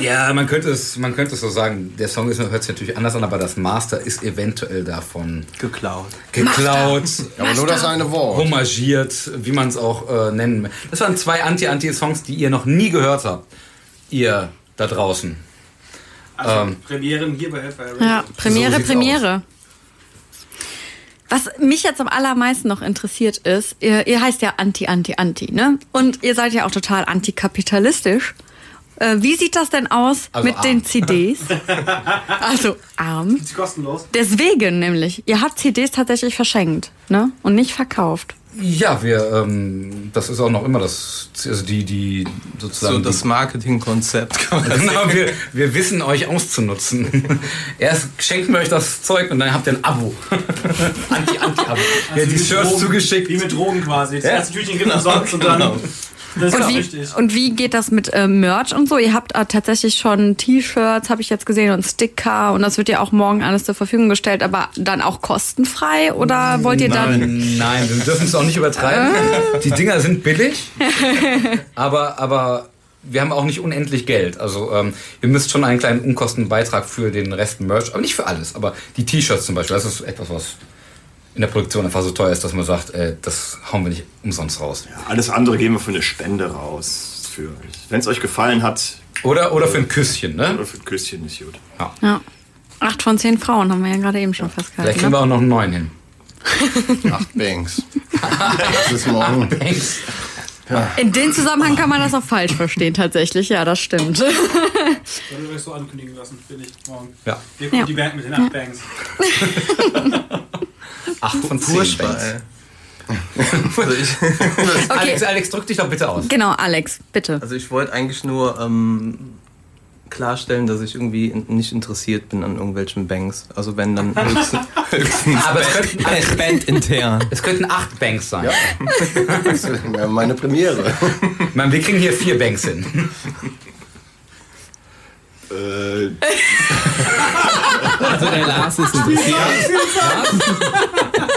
[SPEAKER 4] Ja, man könnte, es, man könnte es so sagen. Der Song ist, hört sich natürlich anders an, aber das Master ist eventuell davon
[SPEAKER 6] Geklaut.
[SPEAKER 4] geklaut,
[SPEAKER 5] aber nur das eine Wort.
[SPEAKER 4] homagiert, wie man es auch äh, nennen will. Das waren zwei Anti-Anti-Songs, die ihr noch nie gehört habt. Ihr da draußen.
[SPEAKER 7] Also
[SPEAKER 4] Ähm.
[SPEAKER 7] Premieren hier bei Hellfire Radio.
[SPEAKER 2] Ja, Premiere,
[SPEAKER 4] So sieht's
[SPEAKER 2] Premiere. Was mich jetzt am allermeisten noch interessiert ist, ihr, ihr heißt ja Anti, Anti, Anti, ne? Und ihr seid ja auch total antikapitalistisch. Äh, wie sieht das denn aus
[SPEAKER 4] Also
[SPEAKER 2] mit
[SPEAKER 4] arm.
[SPEAKER 2] den CDs? also arm.
[SPEAKER 7] Ist kostenlos.
[SPEAKER 2] Deswegen nämlich, ihr habt CDs tatsächlich verschenkt, ne? Und nicht verkauft.
[SPEAKER 4] Ja, wir, ähm, das ist auch noch immer das, also die, die sozusagen.
[SPEAKER 6] So
[SPEAKER 4] die-
[SPEAKER 6] das Marketingkonzept. kann man sagen.
[SPEAKER 4] Genau, wir, wir wissen euch auszunutzen. Erst schenken wir euch das Zeug und dann habt ihr ein Abo. Anti-Anti-Abo. ja, die
[SPEAKER 7] Also Wie mit
[SPEAKER 4] Shirts
[SPEAKER 7] Drogen-
[SPEAKER 4] zugeschickt. Genau.
[SPEAKER 7] Wie mit Drogen quasi. Das erste Tütchen gibt es sonst und dann. Das ist
[SPEAKER 2] Und
[SPEAKER 7] auch
[SPEAKER 2] wie,
[SPEAKER 7] richtig.
[SPEAKER 2] und wie geht das mit äh, Merch und so? Ihr habt äh, tatsächlich schon T-Shirts, habe ich jetzt gesehen, und Sticker und das wird ja auch morgen alles zur Verfügung gestellt, aber dann auch kostenfrei oder wollt ihr dann.
[SPEAKER 4] Nein, wir dürfen es auch nicht übertreiben. Die Dinger sind billig, aber, aber wir haben auch nicht unendlich Geld. Also ähm, ihr müsst schon einen kleinen Unkostenbeitrag für den Rest Merch, aber nicht für alles, aber die T-Shirts zum Beispiel, das ist etwas, was in der Produktion einfach so teuer ist, dass man sagt, äh, das hauen wir nicht umsonst raus.
[SPEAKER 3] Alles andere geben wir für eine Spende raus. Wenn es euch gefallen hat,
[SPEAKER 4] Oder, oder für ein Küsschen, ne?
[SPEAKER 3] oder für ein Küsschen ist gut.
[SPEAKER 2] Ja. Acht von zehn Frauen haben wir ja gerade eben schon
[SPEAKER 4] Vielleicht
[SPEAKER 2] festgehalten.
[SPEAKER 4] kriegen wir
[SPEAKER 2] Ne?
[SPEAKER 4] auch noch einen neuen hin.
[SPEAKER 5] Acht Bangs. Das ist morgen.
[SPEAKER 2] In dem Zusammenhang kann man das auch falsch verstehen, tatsächlich. Ja, das stimmt.
[SPEAKER 7] Ich habe übrigens so ankündigen lassen, finde ich. Morgen.
[SPEAKER 4] Ja.
[SPEAKER 7] Hier kommt
[SPEAKER 2] Ja.
[SPEAKER 7] die Band mit den 8 Bangs.
[SPEAKER 4] Acht von zehn.
[SPEAKER 6] Furchtbar,
[SPEAKER 4] Bands.
[SPEAKER 6] ey. Also ich,
[SPEAKER 4] Alex, Alex, drück dich doch bitte aus.
[SPEAKER 2] Genau, Alex, bitte.
[SPEAKER 6] Also ich wollte eigentlich nur ähm, klarstellen, dass ich irgendwie in- nicht interessiert bin an irgendwelchen Banks. Also wenn dann höchstens, höchstens
[SPEAKER 4] Aber es könnten,
[SPEAKER 6] Band, Band intern.
[SPEAKER 4] es könnten acht Banks sein.
[SPEAKER 5] Das wäre meine Premiere.
[SPEAKER 4] Man, wir kriegen hier vier Banks hin.
[SPEAKER 3] Äh,
[SPEAKER 6] Also der Lars ist interessiert.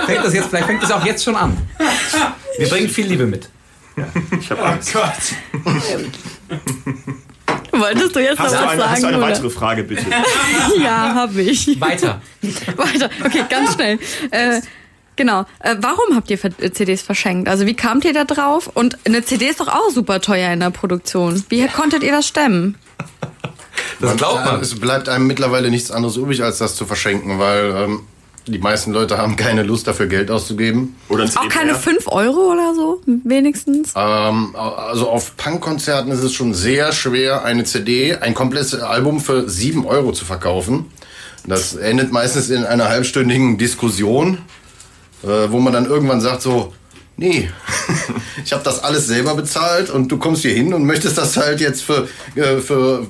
[SPEAKER 4] Fängt das jetzt, vielleicht fängt das auch jetzt schon an. Wir bringen viel Liebe mit.
[SPEAKER 3] ich
[SPEAKER 2] Oh
[SPEAKER 3] habe Angst.
[SPEAKER 7] Gott.
[SPEAKER 2] Wolltest du jetzt
[SPEAKER 3] Hast
[SPEAKER 2] noch
[SPEAKER 3] du,
[SPEAKER 2] was
[SPEAKER 3] eine, hast du
[SPEAKER 2] sagen?
[SPEAKER 3] eine
[SPEAKER 2] Oder?
[SPEAKER 3] weitere Frage, bitte?
[SPEAKER 2] Ja, habe ich.
[SPEAKER 4] Weiter.
[SPEAKER 2] Weiter. Okay, ganz schnell. Äh, genau. Äh, warum habt ihr Ver äh, CDs verschenkt? Also wie kamt ihr da drauf? Und eine CD ist doch auch super teuer in der Produktion. Wie konntet ihr das stemmen?
[SPEAKER 4] Das glaubt
[SPEAKER 5] Ja,
[SPEAKER 4] man. äh,
[SPEAKER 5] äh, Es bleibt einem mittlerweile nichts anderes übrig, als das zu verschenken, weil ähm, die meisten Leute haben keine Lust dafür, Geld auszugeben.
[SPEAKER 3] Oder ein
[SPEAKER 2] Auch keine
[SPEAKER 3] CD-Player?
[SPEAKER 2] 5 Euro oder so, wenigstens.
[SPEAKER 5] Ähm, also auf Punkkonzerten ist es schon sehr schwer, eine CD, ein komplettes Album für 7 Euro zu verkaufen. Das endet meistens in einer halbstündigen Diskussion, äh, wo man dann irgendwann sagt so, nee, ich habe das alles selber bezahlt und du kommst hier hin und möchtest das halt jetzt für, äh, für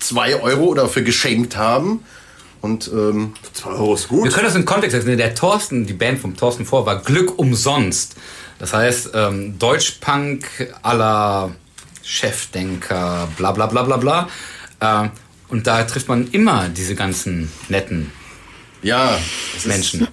[SPEAKER 5] 2 Euro oder für geschenkt haben. Und ähm,
[SPEAKER 3] Zwei Euro ist
[SPEAKER 4] Wir
[SPEAKER 3] gut.
[SPEAKER 4] können das in Kontext setzen. Der Thorsten, die Band vom Thorsten vor, war Glück umsonst. Das heißt, ähm, Deutschpunk aller Chefdenker, bla bla bla bla bla. Ähm, und da trifft man immer diese ganzen netten
[SPEAKER 5] ja,
[SPEAKER 4] Menschen.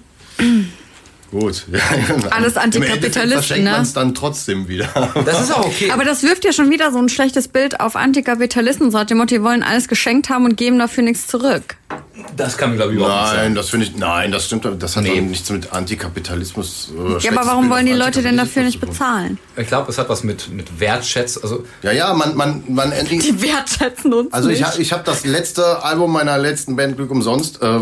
[SPEAKER 5] gut.
[SPEAKER 2] Alles
[SPEAKER 5] Im Endeffekt
[SPEAKER 2] Antikapitalisten,
[SPEAKER 5] verschenkt
[SPEAKER 2] ne?
[SPEAKER 5] man es dann trotzdem wieder.
[SPEAKER 4] Das ist auch okay.
[SPEAKER 2] Aber das wirft ja schon wieder so ein schlechtes Bild auf Antikapitalisten. So hat dem Motto, die wollen alles geschenkt haben und geben dafür nichts zurück.
[SPEAKER 4] das kann man, glaube ich, überhaupt nicht sagen.
[SPEAKER 5] Nein, das finde ich. Nein, das stimmt. doch. Das hat
[SPEAKER 4] Nee.
[SPEAKER 5] doch nichts mit Antikapitalismus. äh,
[SPEAKER 2] Ja,
[SPEAKER 5] schlechtes
[SPEAKER 2] aber warum
[SPEAKER 5] Bild
[SPEAKER 2] wollen die
[SPEAKER 5] auf
[SPEAKER 2] Leute denn dafür nicht
[SPEAKER 5] Antikapitalismus
[SPEAKER 2] bezahlen?
[SPEAKER 4] Ich glaube, es hat was mit, mit Wertschätz. Also,
[SPEAKER 5] zu tun. Ja, ja, man, man, man endlich.
[SPEAKER 2] Die wertschätzen uns
[SPEAKER 5] Also ich
[SPEAKER 2] nicht.
[SPEAKER 5] habe ich hab das letzte Album meiner letzten Band Glück umsonst äh,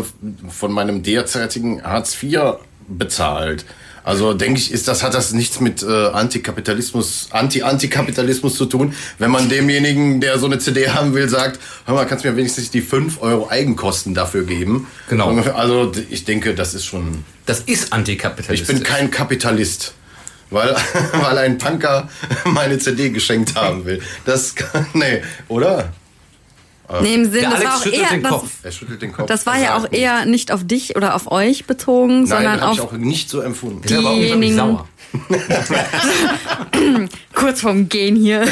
[SPEAKER 5] von meinem derzeitigen Hartz IV bezahlt. Also denke ich, ist das hat das nichts mit äh, Antikapitalismus, Anti-Antikapitalismus zu tun, wenn man demjenigen, der so eine CD haben will, sagt, hör mal, kannst du mir wenigstens die 5 Euro Eigenkosten dafür geben?
[SPEAKER 4] Genau.
[SPEAKER 5] Also d- ich denke, das ist schon
[SPEAKER 4] das ist
[SPEAKER 5] Ich
[SPEAKER 4] antikapitalistisch.
[SPEAKER 5] bin kein Kapitalist, weil, weil ein Punker meine CD geschenkt haben will. Das kann, nee, oder?
[SPEAKER 2] Nee, im Sinn,
[SPEAKER 4] Der
[SPEAKER 2] das
[SPEAKER 4] Alex
[SPEAKER 2] war auch
[SPEAKER 4] schüttelt
[SPEAKER 2] eher,
[SPEAKER 4] den
[SPEAKER 2] das,
[SPEAKER 4] Kopf.
[SPEAKER 5] Er schüttelt den Kopf.
[SPEAKER 2] das war ja
[SPEAKER 5] Er
[SPEAKER 2] auch
[SPEAKER 5] sagt nicht.
[SPEAKER 2] eher nicht auf dich oder auf euch bezogen,
[SPEAKER 5] Nein,
[SPEAKER 2] sondern
[SPEAKER 5] hab ich
[SPEAKER 2] auf
[SPEAKER 5] auch nicht so empfunden.
[SPEAKER 4] Der war unglaublich
[SPEAKER 2] diejenigen-
[SPEAKER 4] sauer.
[SPEAKER 2] kurz vorm Gehen hier.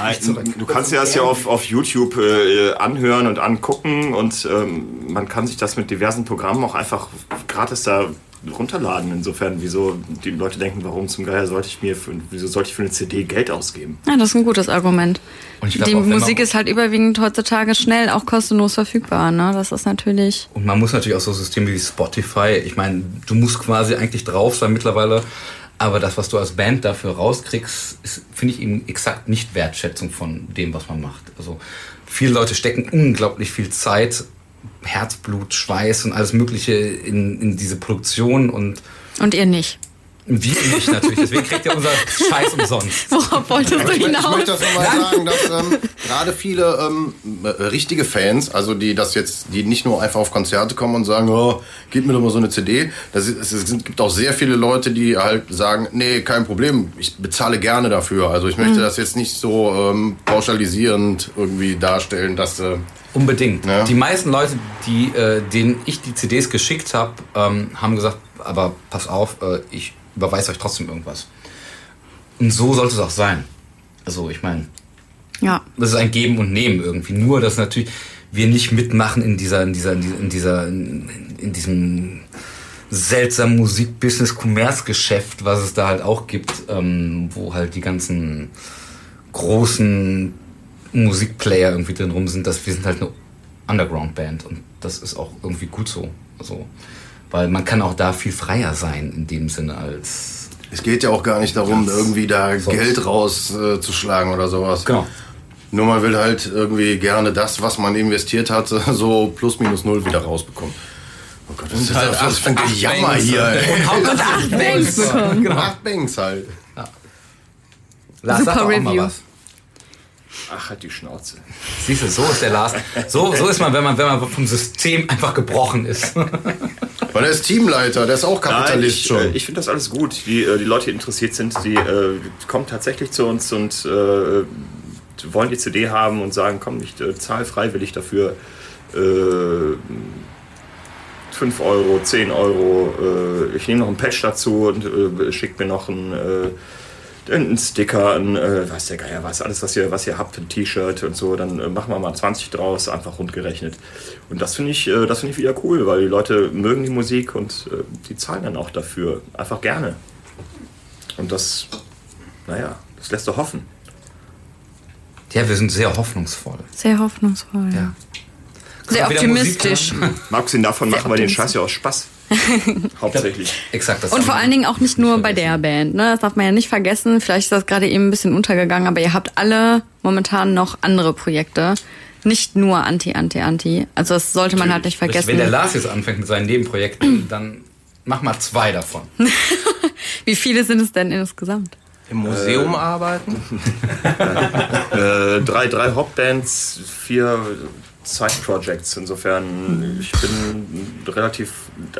[SPEAKER 3] Nein, du kannst dir das ja auf, auf YouTube äh, anhören und angucken und ähm, man kann sich das mit diversen Programmen auch einfach gratis da runterladen. Insofern, wieso die Leute denken, warum zum Geier sollte ich mir für, wieso sollte ich für eine CD Geld ausgeben?
[SPEAKER 2] Ja, das ist ein gutes Argument.
[SPEAKER 4] Und ich glaub
[SPEAKER 2] Die
[SPEAKER 4] auch, wenn man-
[SPEAKER 2] Musik ist halt überwiegend heutzutage schnell auch kostenlos verfügbar. Ne? Das ist natürlich.
[SPEAKER 4] Und man muss natürlich auch so Systeme wie Spotify, ich meine, du musst quasi eigentlich drauf sein mittlerweile, aber das, was du als Band dafür rauskriegst, ist, finde ich eben exakt nicht Wertschätzung von dem, was man macht. Also viele Leute stecken unglaublich viel Zeit, Herzblut, Schweiß und alles Mögliche in, in diese Produktion und
[SPEAKER 2] Und ihr nicht.
[SPEAKER 4] wir nicht natürlich, deswegen kriegt ihr unser Scheiß umsonst.
[SPEAKER 2] Worauf wolltest du
[SPEAKER 5] Ich, mö- ich
[SPEAKER 2] hinaus?
[SPEAKER 5] möchte das nochmal sagen, dass ähm, gerade viele ähm, äh, richtige Fans, also die das jetzt, die nicht nur einfach auf Konzerte kommen und sagen, oh, gib mir doch mal so eine CD. Das ist, es sind- gibt auch sehr viele Leute, die halt sagen, nee, kein Problem, ich bezahle gerne dafür. Also ich
[SPEAKER 4] Mhm.
[SPEAKER 5] möchte das jetzt nicht so ähm, pauschalisierend irgendwie darstellen, dass äh,
[SPEAKER 4] Unbedingt.
[SPEAKER 5] Ja.
[SPEAKER 4] Die meisten Leute, die, äh, denen ich die CDs geschickt habe, ähm, haben gesagt, aber pass auf, äh, ich überweise euch trotzdem irgendwas. Und so sollte es auch sein. Also ich meine,
[SPEAKER 2] Ja.
[SPEAKER 4] das ist ein Geben und Nehmen irgendwie. Nur, dass natürlich wir nicht mitmachen in dieser, in dieser, in dieser, in, in diesem seltsamen Musikbusiness-Kommerzgeschäft, was es da halt auch gibt, ähm, wo halt die ganzen großen Musikplayer irgendwie drin rum sind, dass wir sind halt eine Underground-Band und das ist auch irgendwie gut so. Also, weil man kann auch da viel freier sein in dem Sinne als
[SPEAKER 5] es geht ja auch gar nicht darum,
[SPEAKER 4] Das-
[SPEAKER 5] irgendwie da
[SPEAKER 4] sonst- Genau.
[SPEAKER 5] Geld rauszuschlagen äh, zu schlagen oder sowas. Nur man will halt irgendwie gerne das, was man investiert hat, so plus minus null wieder rausbekommen. Oh Gott, das ist halt alles für ein Gejammer hier. ey.
[SPEAKER 2] Thanks.
[SPEAKER 5] Acht Bangs halt.
[SPEAKER 4] Lars,
[SPEAKER 2] Super
[SPEAKER 4] sag doch auch mal
[SPEAKER 2] Review.
[SPEAKER 4] was.
[SPEAKER 3] Ach, halt die Schnauze.
[SPEAKER 4] Siehst du, so ist der Lars. So, so ist man, wenn man, wenn man vom System einfach gebrochen ist.
[SPEAKER 5] Weil er ist Teamleiter, der ist auch Kapitalist
[SPEAKER 3] Nein, ich,
[SPEAKER 5] schon.
[SPEAKER 3] Äh, ich finde das alles gut. Die, äh, die Leute, die interessiert sind, die äh, kommen tatsächlich zu uns und äh, wollen die CD haben und sagen, komm, ich äh, zahle freiwillig dafür äh, 5 Euro, 10 Euro, äh, ich nehme noch einen Patch dazu und äh, schickt mir noch einen, äh, einen Sticker, ein, äh, weiß der Geier was, alles was ihr, was ihr habt, ein T-Shirt und so, dann äh, machen wir mal 20 draus, einfach rundgerechnet. Und das finde ich, äh, das finde ich wieder cool, weil die Leute mögen die Musik und äh, die zahlen dann auch dafür, einfach gerne. Und das, naja, das lässt doch hoffen.
[SPEAKER 4] Ja, wir sind sehr hoffnungsvoll.
[SPEAKER 2] Sehr hoffnungsvoll. Ja. Sehr
[SPEAKER 4] Wieder ne?
[SPEAKER 2] optimistisch.
[SPEAKER 3] Markusinn, davon machen wir den Scheiß ja aus Spaß. Hauptsächlich.
[SPEAKER 4] Exakt, das
[SPEAKER 2] Und vor allen Dingen auch nicht nur bei der Band. Ne? Das darf man ja nicht vergessen. Vielleicht ist das gerade eben ein bisschen untergegangen, aber ihr habt alle momentan noch andere Projekte. Nicht nur Anti, Anti, Anti. Also das sollte man halt nicht vergessen.
[SPEAKER 4] Wenn der Lars jetzt anfängt mit seinen Nebenprojekten, dann mach mal zwei davon.
[SPEAKER 2] Hm? Wie viele sind es denn insgesamt?
[SPEAKER 6] Im Museum arbeiten?
[SPEAKER 3] äh, drei, drei Hauptbands, vier Side-Projects. Insofern, ich bin relativ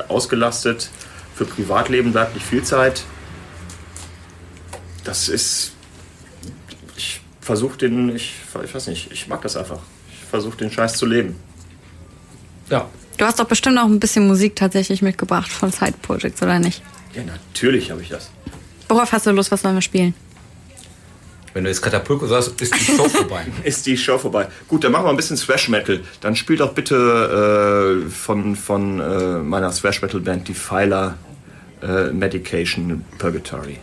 [SPEAKER 3] ausgelastet. Für Privatleben bleibt nicht viel Zeit. Das ist. Ich versuche den. Ich, ich weiß nicht, ich mag das einfach. Ich versuche den Scheiß zu leben.
[SPEAKER 4] Ja.
[SPEAKER 2] Du hast doch bestimmt auch ein bisschen Musik tatsächlich mitgebracht von Side Projects, oder nicht?
[SPEAKER 3] Ja, natürlich habe ich das.
[SPEAKER 2] Worauf hast du Lust? Was sollen wir spielen?
[SPEAKER 4] Wenn du jetzt Katapulko sagst, ist die Show vorbei.
[SPEAKER 3] Ist die Show vorbei. Gut, dann machen wir ein bisschen Thrash Metal. Dann spiel doch bitte äh, von, von äh, meiner Thrash Metal Band die Pfeiler äh, Medication Purgatory.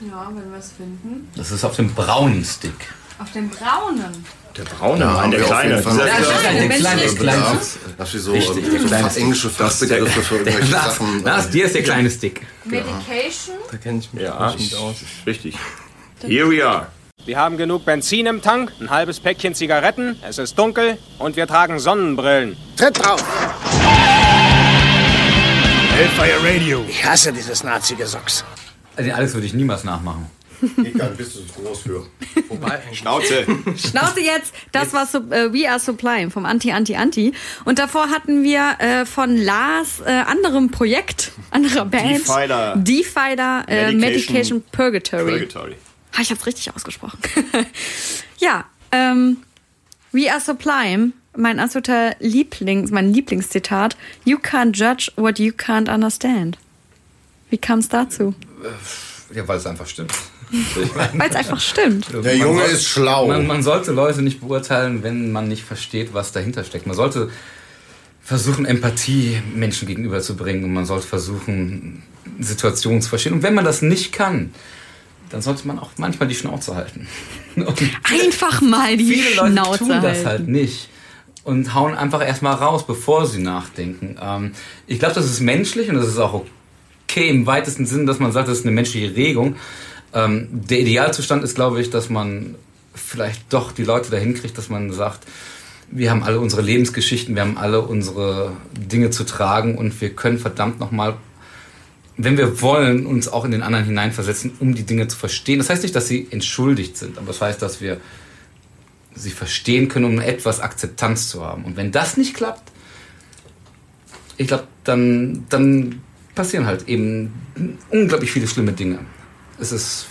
[SPEAKER 2] Ja, wenn wir es finden.
[SPEAKER 4] Das ist auf dem braunen Stick.
[SPEAKER 2] Auf dem braunen.
[SPEAKER 3] Der braune
[SPEAKER 5] Ja,
[SPEAKER 3] Mann,
[SPEAKER 5] haben
[SPEAKER 3] der
[SPEAKER 5] wir auf
[SPEAKER 3] kleine.
[SPEAKER 5] jeden Fall
[SPEAKER 3] Dieser,
[SPEAKER 5] noch-
[SPEAKER 2] Ja,
[SPEAKER 4] kleine,
[SPEAKER 2] wenn
[SPEAKER 4] kleine,
[SPEAKER 2] ich-
[SPEAKER 4] kleine.
[SPEAKER 5] Ja, dass wir so,
[SPEAKER 4] Richtig,
[SPEAKER 5] ähm,
[SPEAKER 4] der
[SPEAKER 5] so
[SPEAKER 4] kleine
[SPEAKER 5] fast
[SPEAKER 4] Stick.
[SPEAKER 5] englische Fachbegriffe für
[SPEAKER 4] Der
[SPEAKER 5] irgendwelche
[SPEAKER 4] Lars,
[SPEAKER 5] Sachen. äh,
[SPEAKER 4] Lars, dir ist der kleine Stick.
[SPEAKER 2] Medication?
[SPEAKER 6] Da kenne ich mich
[SPEAKER 3] ja,
[SPEAKER 6] nicht aus.
[SPEAKER 3] richtig. Here we are.
[SPEAKER 11] Wir haben genug Benzin im Tank, ein halbes Päckchen Zigaretten, es ist dunkel und wir tragen Sonnenbrillen.
[SPEAKER 12] Tritt drauf!
[SPEAKER 1] Hellfire Radio.
[SPEAKER 12] Ich hasse dieses Nazi-Gesocks.
[SPEAKER 4] Also Den Alex würde ich niemals nachmachen.
[SPEAKER 5] Egal, bist du zu groß für.
[SPEAKER 3] Schnauze.
[SPEAKER 2] Schnauze jetzt, das war Sup- äh, We Are Supply vom Anti, Anti, Anti. Und davor hatten wir äh, von Lars äh, anderem Projekt, anderer Band.
[SPEAKER 3] Defiler.
[SPEAKER 2] Defiler äh, Medication,
[SPEAKER 3] Medication
[SPEAKER 2] Purgatory.
[SPEAKER 3] Purgatory.
[SPEAKER 2] Ha, ich hab's richtig ausgesprochen. ja, ähm, We Are Sublime, mein absoluter Lieblings, mein Lieblingszitat. You can't judge what you can't understand. Wie kam's dazu?
[SPEAKER 4] Ja, weil es einfach stimmt.
[SPEAKER 2] Weil es einfach stimmt.
[SPEAKER 5] Der
[SPEAKER 4] Man
[SPEAKER 5] Junge
[SPEAKER 4] soll-
[SPEAKER 5] ist schlau.
[SPEAKER 4] Man, man sollte Leute nicht beurteilen, wenn man nicht versteht, was dahinter steckt. Man sollte versuchen, Empathie Menschen gegenüber zu bringen und man sollte versuchen, Situationen zu verstehen. Und wenn man das nicht kann, dann sollte man auch manchmal die Schnauze halten. Und
[SPEAKER 2] Einfach mal die
[SPEAKER 4] viele Leute
[SPEAKER 2] Schnauze
[SPEAKER 4] tun das
[SPEAKER 2] halten.
[SPEAKER 4] halt nicht und hauen einfach erstmal raus, bevor sie nachdenken. Ähm, ich glaube, das ist menschlich und das ist auch okay im weitesten Sinn, dass man sagt, das ist eine menschliche Regung. Ähm, der Idealzustand ist, glaube ich, dass man vielleicht doch die Leute dahin kriegt, dass man sagt, wir haben alle unsere Lebensgeschichten, wir haben alle unsere Dinge zu tragen und wir können verdammt nochmal wenn wir wollen, uns auch in den anderen hineinversetzen, um die Dinge zu verstehen. Das heißt nicht, dass sie entschuldigt sind, aber das heißt, dass wir sie verstehen können, um etwas Akzeptanz zu haben. Und wenn das nicht klappt, ich glaube, dann, dann passieren halt eben unglaublich viele schlimme Dinge. Es ist,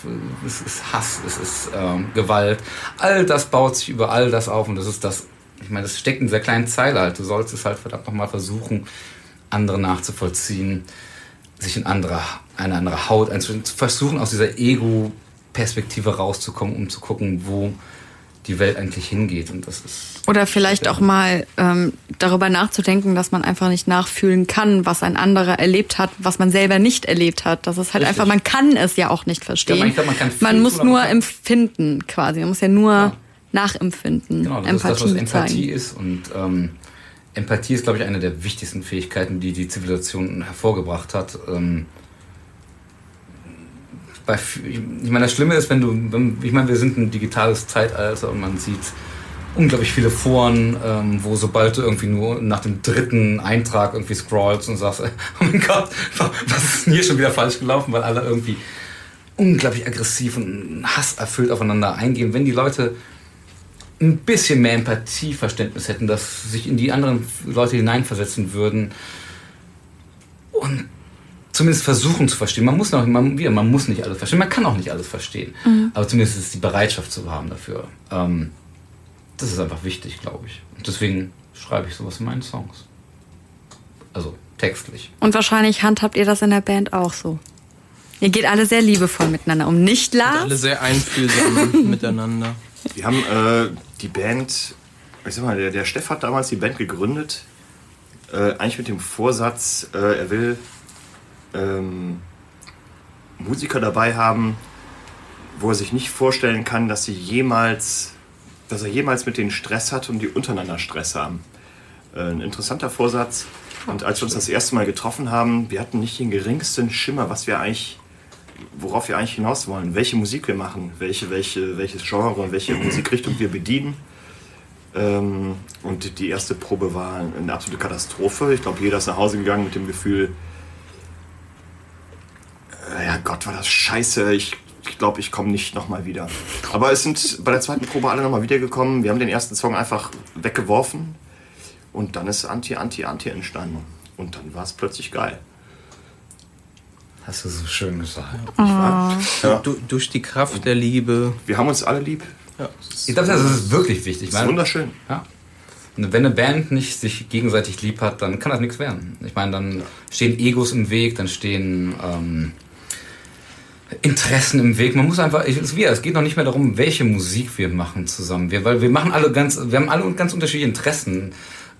[SPEAKER 4] es ist Hass, es ist ähm, Gewalt. All das baut sich über all das auf und das ist das, ich meine, das steckt in dieser kleinen Zeile halt. Du sollst es halt verdammt nochmal versuchen, andere nachzuvollziehen sich in andere, eine andere Haut einzuschalten, zu versuchen, aus dieser Ego-Perspektive rauszukommen, um zu gucken, wo die Welt eigentlich hingeht. Und das ist.
[SPEAKER 2] Oder vielleicht auch mal ähm, darüber nachzudenken, dass man einfach nicht nachfühlen kann, was ein anderer erlebt hat, was man selber nicht erlebt hat. Das ist halt
[SPEAKER 4] Richtig.
[SPEAKER 2] einfach, man kann es ja auch nicht verstehen.
[SPEAKER 4] Ja, man- ich glaub, man kann viel
[SPEAKER 2] muss
[SPEAKER 4] tun, aber
[SPEAKER 2] nur
[SPEAKER 4] man kann-
[SPEAKER 2] empfinden quasi. Man muss ja nur nachempfinden,
[SPEAKER 4] Genau, das
[SPEAKER 2] Empathie
[SPEAKER 4] ist das, was Empathie
[SPEAKER 2] zeigen.
[SPEAKER 4] ist. Und ähm, Empathie ist, glaube ich, eine der wichtigsten Fähigkeiten, die die Zivilisation hervorgebracht hat. Ähm, bei, f- ich meine, das Schlimme ist, wenn du, wenn, ich meine, wir sind ein digitales Zeitalter und man sieht unglaublich viele Foren, ähm, wo sobald du irgendwie nur nach dem dritten Eintrag irgendwie scrollst und sagst, oh mein Gott, was ist denn hier schon wieder falsch gelaufen, weil alle irgendwie unglaublich aggressiv und hasserfüllt aufeinander eingehen. Wenn die Leute ein bisschen mehr Empathieverständnis hätten, dass sich in die anderen Leute hineinversetzen würden und zumindest versuchen zu verstehen. Man muss noch, man, wieder, man muss nicht alles verstehen, man kann auch nicht alles verstehen,
[SPEAKER 13] Mhm.
[SPEAKER 4] aber zumindest ist die Bereitschaft zu haben dafür. Ähm, das ist einfach wichtig, glaube ich. Und deswegen schreibe ich sowas in meinen Songs. Also textlich.
[SPEAKER 2] Und wahrscheinlich handhabt ihr das in der Band auch so. Ihr geht alle sehr liebevoll miteinander um, nicht Lars?
[SPEAKER 6] Alle sehr einfühlsam miteinander.
[SPEAKER 3] Wir haben äh, die Band, ich sag mal, der, der Steff hat damals die Band gegründet, äh, eigentlich mit dem Vorsatz, äh, er will ähm, Musiker dabei haben, wo er sich nicht vorstellen kann, dass sie jemals, dass er jemals mit denen Stress hat und die untereinander Stress haben. Äh, ein interessanter Vorsatz. Und als wir uns das erste Mal getroffen haben, wir hatten nicht den geringsten Schimmer, was wir eigentlich worauf wir eigentlich hinaus wollen, welche Musik wir machen, welche, welche, welches Genre und welche Musikrichtung wir bedienen. Ähm, und die erste Probe war eine absolute Katastrophe. Ich glaube, jeder ist nach Hause gegangen mit dem Gefühl, äh, ja Gott, war das scheiße. Ich ich glaube, ich komme nicht nochmal wieder. Aber es sind bei der zweiten Probe alle nochmal wiedergekommen. Wir haben den ersten Song einfach weggeworfen und dann ist Anti, Anti, Anti entstanden. Und dann war es plötzlich geil.
[SPEAKER 4] Hast du so schön gesagt.
[SPEAKER 6] Du, durch die Kraft der Liebe.
[SPEAKER 3] Wir haben uns alle lieb.
[SPEAKER 4] Ich glaube, das ist wirklich wichtig.
[SPEAKER 3] Das ist wunderschön.
[SPEAKER 4] Ja. Und Wenn eine Band nicht sich gegenseitig lieb hat, dann kann das nichts werden. Ich meine, dann stehen Egos im Weg, dann stehen ähm, Interessen im Weg. Man muss einfach, ich, es, ist wir, es geht noch nicht mehr darum, welche Musik wir machen zusammen. Wir, weil wir machen alle ganz, wir haben alle ganz unterschiedliche Interessen.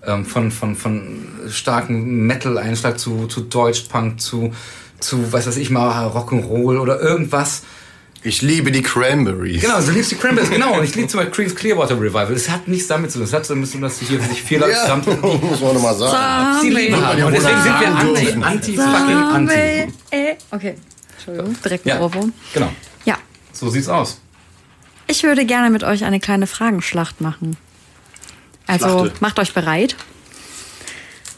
[SPEAKER 4] Ähm, von, von, von starken Metal-Einschlag zu, zu Deutsch-Punk, zu, zu, was weiß ich mal, Rock'n'Roll oder irgendwas.
[SPEAKER 5] Ich liebe die Cranberries.
[SPEAKER 4] Genau, du liebst die Cranberries, genau. Und ich liebe zum Beispiel Creedence Clearwater Revival. Das hat nichts damit zu tun. Das hat damit zu tun, dass sich hier sich vier Leute
[SPEAKER 5] Ja,
[SPEAKER 4] zusammen
[SPEAKER 5] muss man nochmal sagen.
[SPEAKER 4] Die Leben haben. Und deswegen sind wir anti, anti, fucking anti.
[SPEAKER 2] Samuel, äh, Okay, Entschuldigung, direkt ein
[SPEAKER 4] Ja.
[SPEAKER 2] Ohrwurm.
[SPEAKER 4] Genau.
[SPEAKER 2] Ja,
[SPEAKER 4] So sieht's aus.
[SPEAKER 2] ich würde gerne mit euch eine kleine Fragenschlacht machen. Also
[SPEAKER 4] Schlachte.
[SPEAKER 2] macht euch bereit.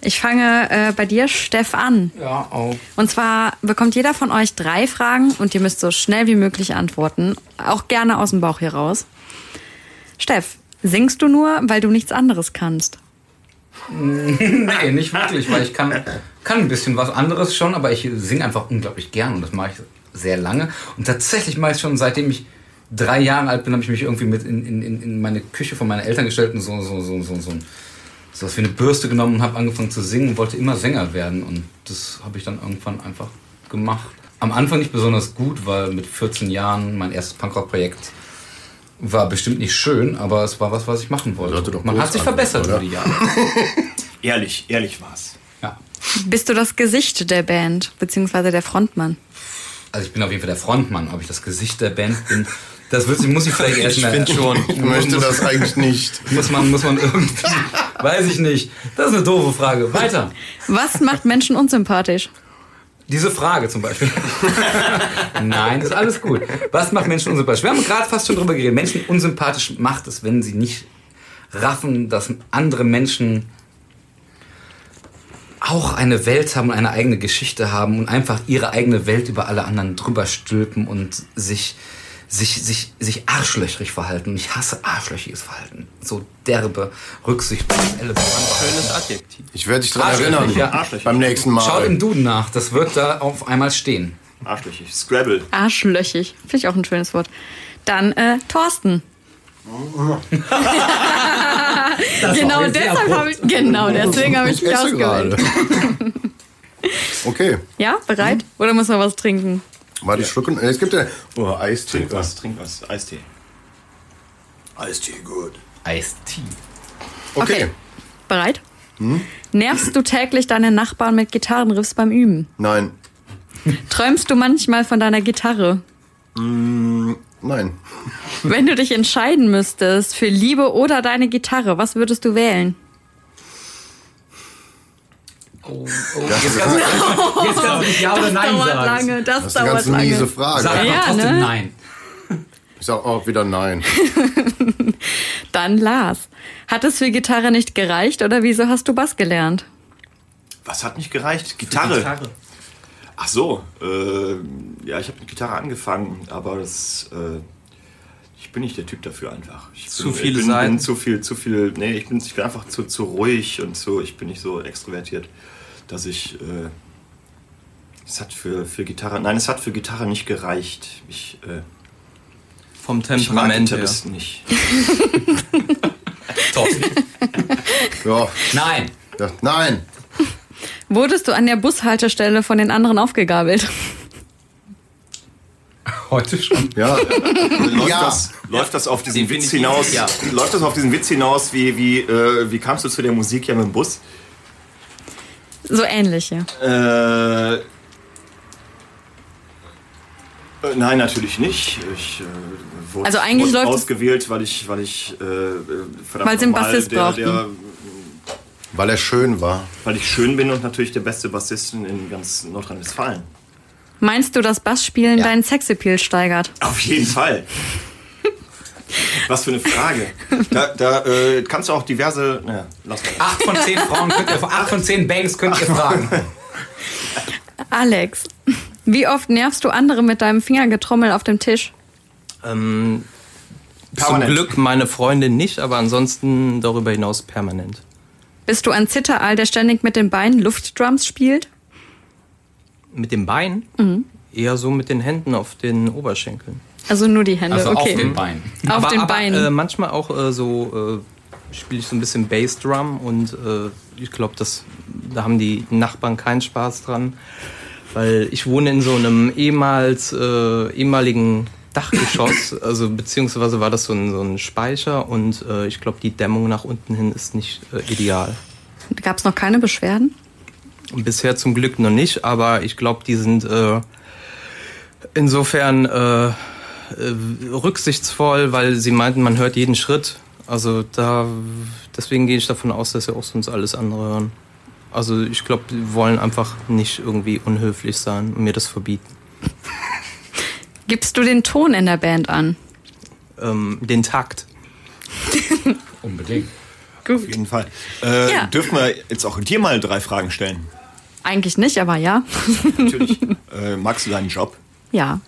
[SPEAKER 2] Ich fange äh, bei dir, Steff, an.
[SPEAKER 4] Ja, auch.
[SPEAKER 2] Und zwar bekommt jeder von euch drei Fragen und ihr müsst so schnell wie möglich antworten. Auch gerne aus dem Bauch hier raus. Steff, singst du nur, weil du nichts anderes kannst?
[SPEAKER 4] nee, nicht wirklich, weil ich kann, kann ein bisschen was anderes schon, aber ich singe einfach unglaublich gern und das mache ich sehr lange. Und tatsächlich mache ich schon, seitdem ich drei Jahre alt bin, habe ich mich irgendwie mit in, in- in, in meine Küche von meinen Eltern gestellt und so, so, so, so, so, so was wie eine Bürste genommen und habe angefangen zu singen und wollte immer Sänger werden. Und das habe ich dann irgendwann einfach gemacht. Am Anfang nicht besonders gut, weil mit 14 Jahren mein erstes Punkrock-Projekt war bestimmt nicht schön, aber es war was, was ich machen wollte. Man hat sich verbessert über die Jahre.
[SPEAKER 3] Ehrlich, ehrlich war's.
[SPEAKER 2] Bist du das Gesicht der Band, beziehungsweise der Frontmann?
[SPEAKER 4] Also ich bin auf jeden Fall der Frontmann, ob ich das Gesicht der Band bin. Das wird, muss ich vielleicht erst
[SPEAKER 5] Ich
[SPEAKER 4] mal-
[SPEAKER 5] find schon. Ich möchte das eigentlich
[SPEAKER 4] nicht. Muss man, muss man irgendwie. Weiß ich nicht. Das ist eine doofe Frage. Weiter.
[SPEAKER 2] Was macht Menschen unsympathisch?
[SPEAKER 4] Diese Frage zum Beispiel. Nein, ist alles gut. Was macht Menschen unsympathisch? Wir haben gerade fast schon drüber geredet. Menschen unsympathisch macht es, wenn sie nicht raffen, dass andere Menschen auch eine Welt haben und eine eigene Geschichte haben und einfach ihre eigene Welt über alle anderen drüber stülpen und sich, sich, sich, sich arschlöchrig verhalten. Und ich hasse arschlöchriges Verhalten. So derbe, rücksichtsloses Schönes
[SPEAKER 6] Adjektiv.
[SPEAKER 5] Ich werde dich daran erinnern. Beim nächsten Mal.
[SPEAKER 4] Schaut im Duden nach, das wird da auf einmal stehen.
[SPEAKER 3] Arschlöchig. Scrabble.
[SPEAKER 2] Arschlöchig. Finde ich auch ein schönes Wort. Dann äh, Thorsten.
[SPEAKER 5] war
[SPEAKER 2] genau,
[SPEAKER 5] jetzt sehr
[SPEAKER 2] deshalb
[SPEAKER 5] abrupt.
[SPEAKER 2] habe ich, genau deswegen habe ich mich
[SPEAKER 5] esse
[SPEAKER 2] ausgewählt.
[SPEAKER 5] gerade. okay,
[SPEAKER 2] Ja,
[SPEAKER 5] Mhm.
[SPEAKER 2] bereit? Oder muss man was trinken?
[SPEAKER 5] warte, ich schlucke. Es gibt ja. Oh, Eistee. Trink
[SPEAKER 3] was, trink was. Eistee.
[SPEAKER 5] Eistee, gut.
[SPEAKER 4] Eistee.
[SPEAKER 5] Okay.
[SPEAKER 2] Bereit?
[SPEAKER 5] Hm?
[SPEAKER 2] Nervst du täglich deine Nachbarn mit Gitarrenriffs beim Üben?
[SPEAKER 5] Nein.
[SPEAKER 2] Träumst du manchmal von deiner Gitarre?
[SPEAKER 5] Mm, nein.
[SPEAKER 2] Wenn du dich entscheiden müsstest für Liebe oder deine Gitarre, was würdest du wählen?
[SPEAKER 4] Das
[SPEAKER 5] ist-
[SPEAKER 4] kannst du- jetzt kannst du nicht Ja
[SPEAKER 2] Das
[SPEAKER 4] oder Nein
[SPEAKER 2] dauert
[SPEAKER 4] sagen.
[SPEAKER 2] lange, das,
[SPEAKER 5] Das ist eine
[SPEAKER 2] dauert
[SPEAKER 5] ganz
[SPEAKER 2] lange.
[SPEAKER 5] miese Frage.
[SPEAKER 2] Sag einfach Ja, trotzdem ne?
[SPEAKER 4] nein.
[SPEAKER 5] Ich sag auch wieder nein.
[SPEAKER 2] Dann Lars. Hat es für Gitarre nicht gereicht oder wieso hast du Bass gelernt?
[SPEAKER 3] Was hat nicht gereicht? Gitarre. Ach so. Äh, ja, ich habe mit Gitarre angefangen, aber das, äh, ich ich bin nicht der Typ dafür einfach. Ich
[SPEAKER 6] Zu
[SPEAKER 3] bin,
[SPEAKER 6] viele
[SPEAKER 3] ich bin,
[SPEAKER 6] Seiten?
[SPEAKER 3] Bin zu viel, zu viel. Nee, ich bin, ich bin einfach zu, zu ruhig und so. Ich bin nicht so extrovertiert, dass ich. Äh, es hat für, für Gitarre. Nein, es hat für Gitarre nicht gereicht. Ich, äh,
[SPEAKER 6] Vom
[SPEAKER 3] ich mag
[SPEAKER 6] Temperament her.
[SPEAKER 3] Gitarristen nicht.
[SPEAKER 5] Ja.
[SPEAKER 4] Nein.
[SPEAKER 5] nein.
[SPEAKER 2] Wurdest du an der Bushaltestelle von den anderen aufgegabelt?
[SPEAKER 4] Heute schon.
[SPEAKER 5] Ja.
[SPEAKER 3] läuft,
[SPEAKER 5] Ja.
[SPEAKER 3] Das, läuft das auf diesen Witz hinaus?
[SPEAKER 6] Definitiv, ja.
[SPEAKER 3] Läuft das auf diesen Witz hinaus, wie, wie, äh, wie kamst du zu der Musik ja mit dem Bus?
[SPEAKER 2] So ähnlich, ja.
[SPEAKER 3] Äh, äh, nein, natürlich nicht. Ich äh, wurde,
[SPEAKER 2] Also eigentlich
[SPEAKER 3] wurde
[SPEAKER 2] läuft es-
[SPEAKER 3] ausgewählt, weil ich, weil ich äh, äh, verdammt
[SPEAKER 2] Weil sie einen
[SPEAKER 3] nochmal
[SPEAKER 2] Bassist mhm.
[SPEAKER 3] der, der,
[SPEAKER 2] brauchten.
[SPEAKER 5] Weil er schön war.
[SPEAKER 3] Weil ich schön bin und natürlich der beste Bassisten in ganz Nordrhein-Westfalen.
[SPEAKER 2] Meinst du, dass Bassspielen deinen Sexappeal steigert?
[SPEAKER 3] Auf jeden Fall. Was für eine Frage. Da, da äh, kannst du auch diverse. Naja, lass mal.
[SPEAKER 4] Acht von zehn Frauen könnt ihr, acht von zehn Banks könnt ihr fragen.
[SPEAKER 2] Alex, wie oft nervst du andere mit deinem Fingergetrommel auf dem Tisch?
[SPEAKER 6] Ähm, zum
[SPEAKER 2] Permanent.
[SPEAKER 6] Glück meine Freundin nicht, aber ansonsten darüber hinaus permanent.
[SPEAKER 2] Bist du ein Zitteraal, der ständig mit den Beinen Luftdrums spielt?
[SPEAKER 6] Mit dem Bein?
[SPEAKER 2] Mhm.
[SPEAKER 6] Eher so mit den Händen auf den Oberschenkeln.
[SPEAKER 2] Also nur die Hände, okay. Auf
[SPEAKER 6] aber,
[SPEAKER 2] den
[SPEAKER 6] aber,
[SPEAKER 2] Beinen.
[SPEAKER 6] Äh, manchmal auch äh, so äh, spiele ich so ein bisschen Bassdrum und äh, ich glaube, das da haben die Nachbarn keinen Spaß dran, weil ich wohne in so einem ehemals äh, ehemaligen Dachgeschoss, also beziehungsweise war das so ein, so ein Speicher und äh, ich glaube, die Dämmung nach unten hin ist nicht äh, ideal.
[SPEAKER 2] Gab es noch keine Beschwerden?
[SPEAKER 6] Bisher zum Glück noch nicht, aber ich glaube, die sind äh, insofern äh, äh, rücksichtsvoll, weil sie meinten, man hört jeden Schritt. Also da deswegen gehe ich davon aus, dass sie auch sonst alles andere hören. Also ich glaube, die wollen einfach nicht irgendwie unhöflich sein und mir das verbieten.
[SPEAKER 2] Gibst du den Ton in der Band an?
[SPEAKER 6] Ähm, den Takt.
[SPEAKER 4] Unbedingt.
[SPEAKER 3] Auf jeden Fall. Äh,
[SPEAKER 2] Ja.
[SPEAKER 3] Dürfen wir jetzt auch dir mal drei Fragen stellen?
[SPEAKER 2] Eigentlich nicht, aber ja.
[SPEAKER 3] Natürlich. äh, magst du deinen Job?
[SPEAKER 2] Ja.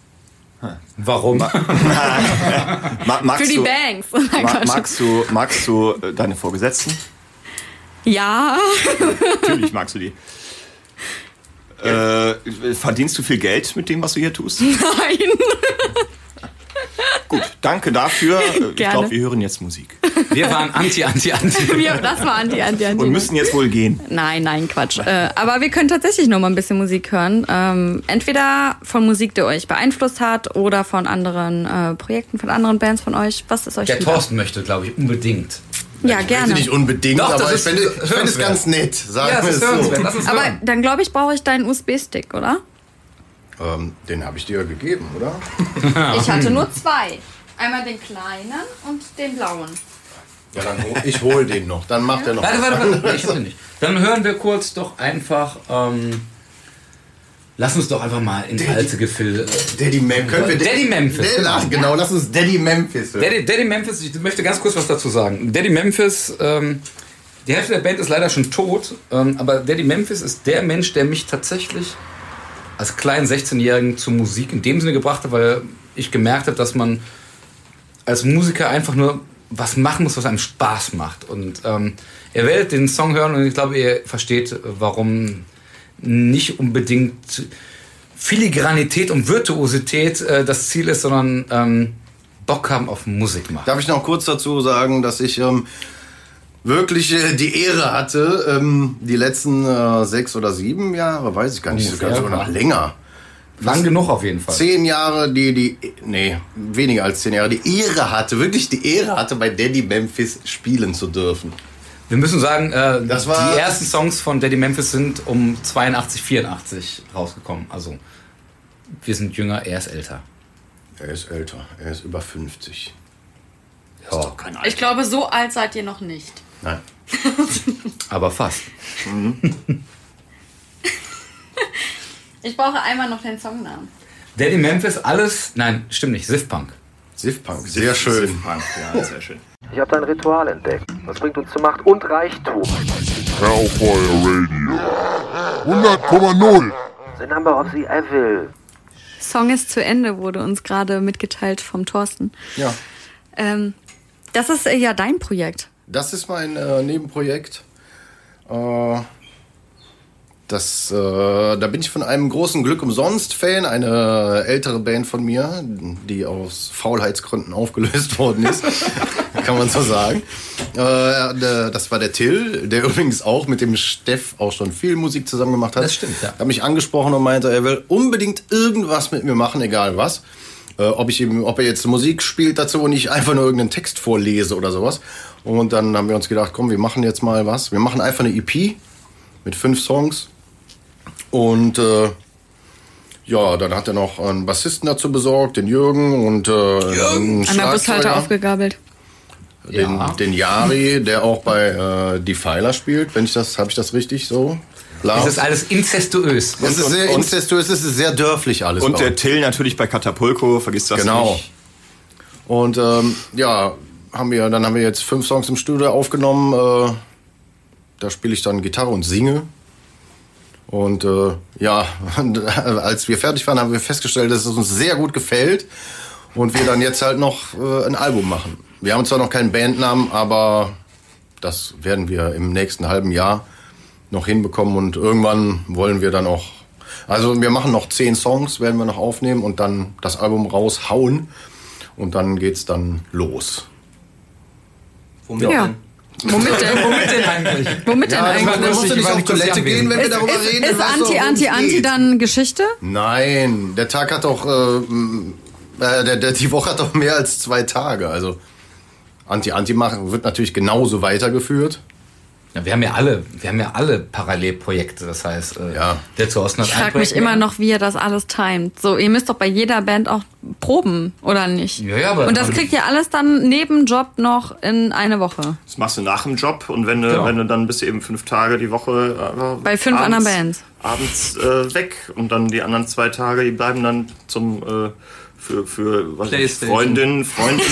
[SPEAKER 4] Warum?
[SPEAKER 3] Ma magst
[SPEAKER 2] Für die Oh
[SPEAKER 3] du,
[SPEAKER 2] Banks. Nein,
[SPEAKER 3] ma
[SPEAKER 2] Quatsch.
[SPEAKER 3] magst du, magst du äh, deine Vorgesetzten?
[SPEAKER 2] Ja.
[SPEAKER 3] Natürlich magst du die. Äh, verdienst du viel Geld mit dem, was du hier tust?
[SPEAKER 2] Nein.
[SPEAKER 3] Gut, danke dafür. Äh, Ich
[SPEAKER 2] Gerne.
[SPEAKER 3] glaube, wir hören jetzt Musik.
[SPEAKER 4] Wir waren anti, anti, anti.
[SPEAKER 2] Wir, das war anti, anti, anti.
[SPEAKER 3] Und müssen jetzt wohl gehen.
[SPEAKER 2] Nein, nein, Quatsch. Äh, aber wir können tatsächlich noch mal ein bisschen Musik hören. Ähm, entweder von Musik, die euch beeinflusst hat, oder von anderen äh, Projekten, von anderen Bands von euch. Was ist euch
[SPEAKER 4] Der
[SPEAKER 2] lieber?
[SPEAKER 4] Thorsten möchte, glaube ich, unbedingt.
[SPEAKER 2] Ja, gerne.
[SPEAKER 5] Nicht unbedingt,
[SPEAKER 4] Doch, das
[SPEAKER 5] aber ich
[SPEAKER 4] ist
[SPEAKER 5] fände ich fände es
[SPEAKER 4] hörenswert.
[SPEAKER 5] ganz nett. Sagen
[SPEAKER 4] Ja, es
[SPEAKER 5] wir
[SPEAKER 4] ist
[SPEAKER 5] es so.
[SPEAKER 4] hörenswert. Lass uns
[SPEAKER 2] aber
[SPEAKER 4] hören.
[SPEAKER 2] dann glaube ich, brauche ich deinen USB-Stick, oder?
[SPEAKER 5] Ähm, den habe ich dir gegeben, oder?
[SPEAKER 2] Ich hatte nur zwei. Einmal den kleinen und den blauen.
[SPEAKER 5] Ja, dann hol, ich hol den noch. Dann macht er noch.
[SPEAKER 4] Warte,
[SPEAKER 5] was.
[SPEAKER 4] warte, warte. Nee, ich will nicht. Dann hören wir kurz doch einfach. Ähm, lass uns doch einfach mal ins alte äh, Gefilde.
[SPEAKER 5] Daddy Memphis. Können wir
[SPEAKER 4] Daddy Memphis.
[SPEAKER 5] Daddy, lass- genau, lass uns Daddy Memphis hören.
[SPEAKER 4] Daddy, Daddy Memphis, ich möchte ganz kurz was dazu sagen. Daddy Memphis, ähm, die Hälfte der Band ist leider schon tot, ähm, aber Daddy Memphis ist der Mensch, der mich tatsächlich als kleinen 16-Jährigen zur Musik in dem Sinne gebracht hat, weil ich gemerkt habe, dass man als Musiker einfach nur was machen muss, was einem Spaß macht. Und ähm, ihr werdet den Song hören und ich glaube, ihr versteht, warum nicht unbedingt Filigranität und Virtuosität äh, das Ziel ist, sondern ähm, Bock haben auf Musik machen.
[SPEAKER 5] Darf ich noch kurz dazu sagen, dass ich ähm, wirklich äh, die Ehre hatte, ähm, die letzten äh, sechs oder sieben Jahre, weiß ich gar nicht,
[SPEAKER 4] Ungefähr,
[SPEAKER 5] sogar, sogar noch
[SPEAKER 4] ja.
[SPEAKER 5] länger.
[SPEAKER 4] Lang genug auf jeden Fall.
[SPEAKER 5] Zehn Jahre, die, die, nee, weniger als zehn Jahre, die Ehre hatte, wirklich die Ehre hatte, bei Daddy Memphis spielen zu dürfen.
[SPEAKER 4] Wir müssen sagen, äh,
[SPEAKER 5] Das war-
[SPEAKER 4] die ersten Songs von Daddy Memphis sind um 82, 84 rausgekommen. Also wir sind jünger, er ist älter.
[SPEAKER 5] Er ist älter, er ist über 50.
[SPEAKER 4] Ja,
[SPEAKER 2] Ich glaube, so alt seid ihr noch nicht.
[SPEAKER 5] Nein.
[SPEAKER 4] aber fast.
[SPEAKER 2] Ich brauche einmal noch den Songnamen.
[SPEAKER 4] Daddy Memphis, alles, nein, stimmt nicht, Siffpunk.
[SPEAKER 5] Siffpunk, sehr schön.
[SPEAKER 3] Siffpunk, ja, sehr schön.
[SPEAKER 13] Ich habe dein Ritual entdeckt. Das bringt uns zu Macht und Reichtum.
[SPEAKER 14] Hellfire Radio 100,0.
[SPEAKER 13] The number of the evil.
[SPEAKER 2] Song ist zu Ende, wurde uns gerade mitgeteilt vom Thorsten.
[SPEAKER 5] Ja.
[SPEAKER 2] Ähm, das ist äh, ja dein Projekt.
[SPEAKER 5] Das ist mein äh, Nebenprojekt. Äh, das, äh, da bin ich von einem großen Glück umsonst Fan, eine ältere Band von mir, die aus Faulheitsgründen aufgelöst worden ist, kann man so sagen. Äh, der- das war der Till, der übrigens auch mit dem Steff auch schon viel Musik zusammen gemacht hat. Das stimmt, ja. Hat mich angesprochen und meinte, er will unbedingt irgendwas mit mir machen, egal was. Äh, ob, ich ihm, ob er jetzt Musik spielt dazu und ich einfach nur irgendeinen Text vorlese oder sowas. Und dann haben wir uns gedacht, komm, wir machen jetzt mal was. Wir machen einfach eine EP mit fünf Songs. Und äh, ja, dann hat er noch einen Bassisten dazu besorgt, den Jürgen und äh, einen
[SPEAKER 2] An der Bushalte
[SPEAKER 5] Schlagzeuger,
[SPEAKER 2] aufgegabelt.
[SPEAKER 5] den, den Yari, der auch bei äh, Defiler spielt. Wenn ich das, habe ich das richtig so?
[SPEAKER 4] Das ist alles inzestuös.
[SPEAKER 5] Es ist sehr inzestuös, es ist sehr dörflich alles.
[SPEAKER 3] Und
[SPEAKER 5] bei
[SPEAKER 3] der
[SPEAKER 5] uns.
[SPEAKER 3] Till natürlich bei Katapulco, vergiss das
[SPEAKER 5] genau.
[SPEAKER 3] nicht.
[SPEAKER 5] Und ähm, ja, haben wir, dann haben wir jetzt fünf Songs im Studio aufgenommen. Äh, da spiele ich dann Gitarre und singe. Und äh, ja, äh, als wir fertig waren, haben wir festgestellt, dass es uns sehr gut gefällt. Und wir dann jetzt halt noch äh, ein Album machen. Wir haben zwar noch keinen Bandnamen, aber das werden wir im nächsten halben Jahr noch hinbekommen. Und irgendwann wollen wir dann auch. Also wir machen noch zehn Songs, werden wir noch aufnehmen und dann das Album raushauen. Und dann geht's dann los.
[SPEAKER 2] Ja. Womit denn?
[SPEAKER 4] Womit denn eigentlich?
[SPEAKER 2] Womit
[SPEAKER 5] Ja, das
[SPEAKER 2] denn
[SPEAKER 5] war-
[SPEAKER 2] eigentlich?
[SPEAKER 5] musst du nicht auf Toilette gehen, wenn wir
[SPEAKER 2] ist,
[SPEAKER 5] darüber
[SPEAKER 2] ist,
[SPEAKER 5] reden,
[SPEAKER 2] Ist
[SPEAKER 5] dann weißt du auch,
[SPEAKER 2] Anti,
[SPEAKER 5] worum
[SPEAKER 2] Anti,
[SPEAKER 5] es
[SPEAKER 2] Anti
[SPEAKER 5] geht.
[SPEAKER 2] dann Geschichte?
[SPEAKER 5] Nein, der Tag hat doch, äh, m, äh, der, der, die Woche hat doch mehr als zwei Tage. Also Anti-Anti machen wird natürlich genauso weitergeführt.
[SPEAKER 4] Ja, wir haben ja alle, wir haben ja alle Parallelprojekte. Das heißt, äh, der zu Osten hat
[SPEAKER 2] Ich
[SPEAKER 4] ein
[SPEAKER 2] frage mich
[SPEAKER 4] Projekt
[SPEAKER 2] immer
[SPEAKER 4] mehr.
[SPEAKER 2] noch, wie ihr das alles timet. So, ihr müsst doch bei jeder Band auch proben, oder nicht?
[SPEAKER 3] Ja, ja, aber-
[SPEAKER 2] Und das kriegt ihr alles dann neben Job noch in eine Woche.
[SPEAKER 3] Das machst du nach dem Job und wenn du,
[SPEAKER 2] Genau.
[SPEAKER 3] wenn du dann bist du eben fünf Tage die Woche äh,
[SPEAKER 2] Bei fünf
[SPEAKER 3] abends-
[SPEAKER 2] anderen Bands.
[SPEAKER 3] abends äh, weg und dann die anderen zwei Tage, die bleiben dann zum äh, für, für was weiß ich,
[SPEAKER 5] Playstation.
[SPEAKER 3] Freundinnen, Freunden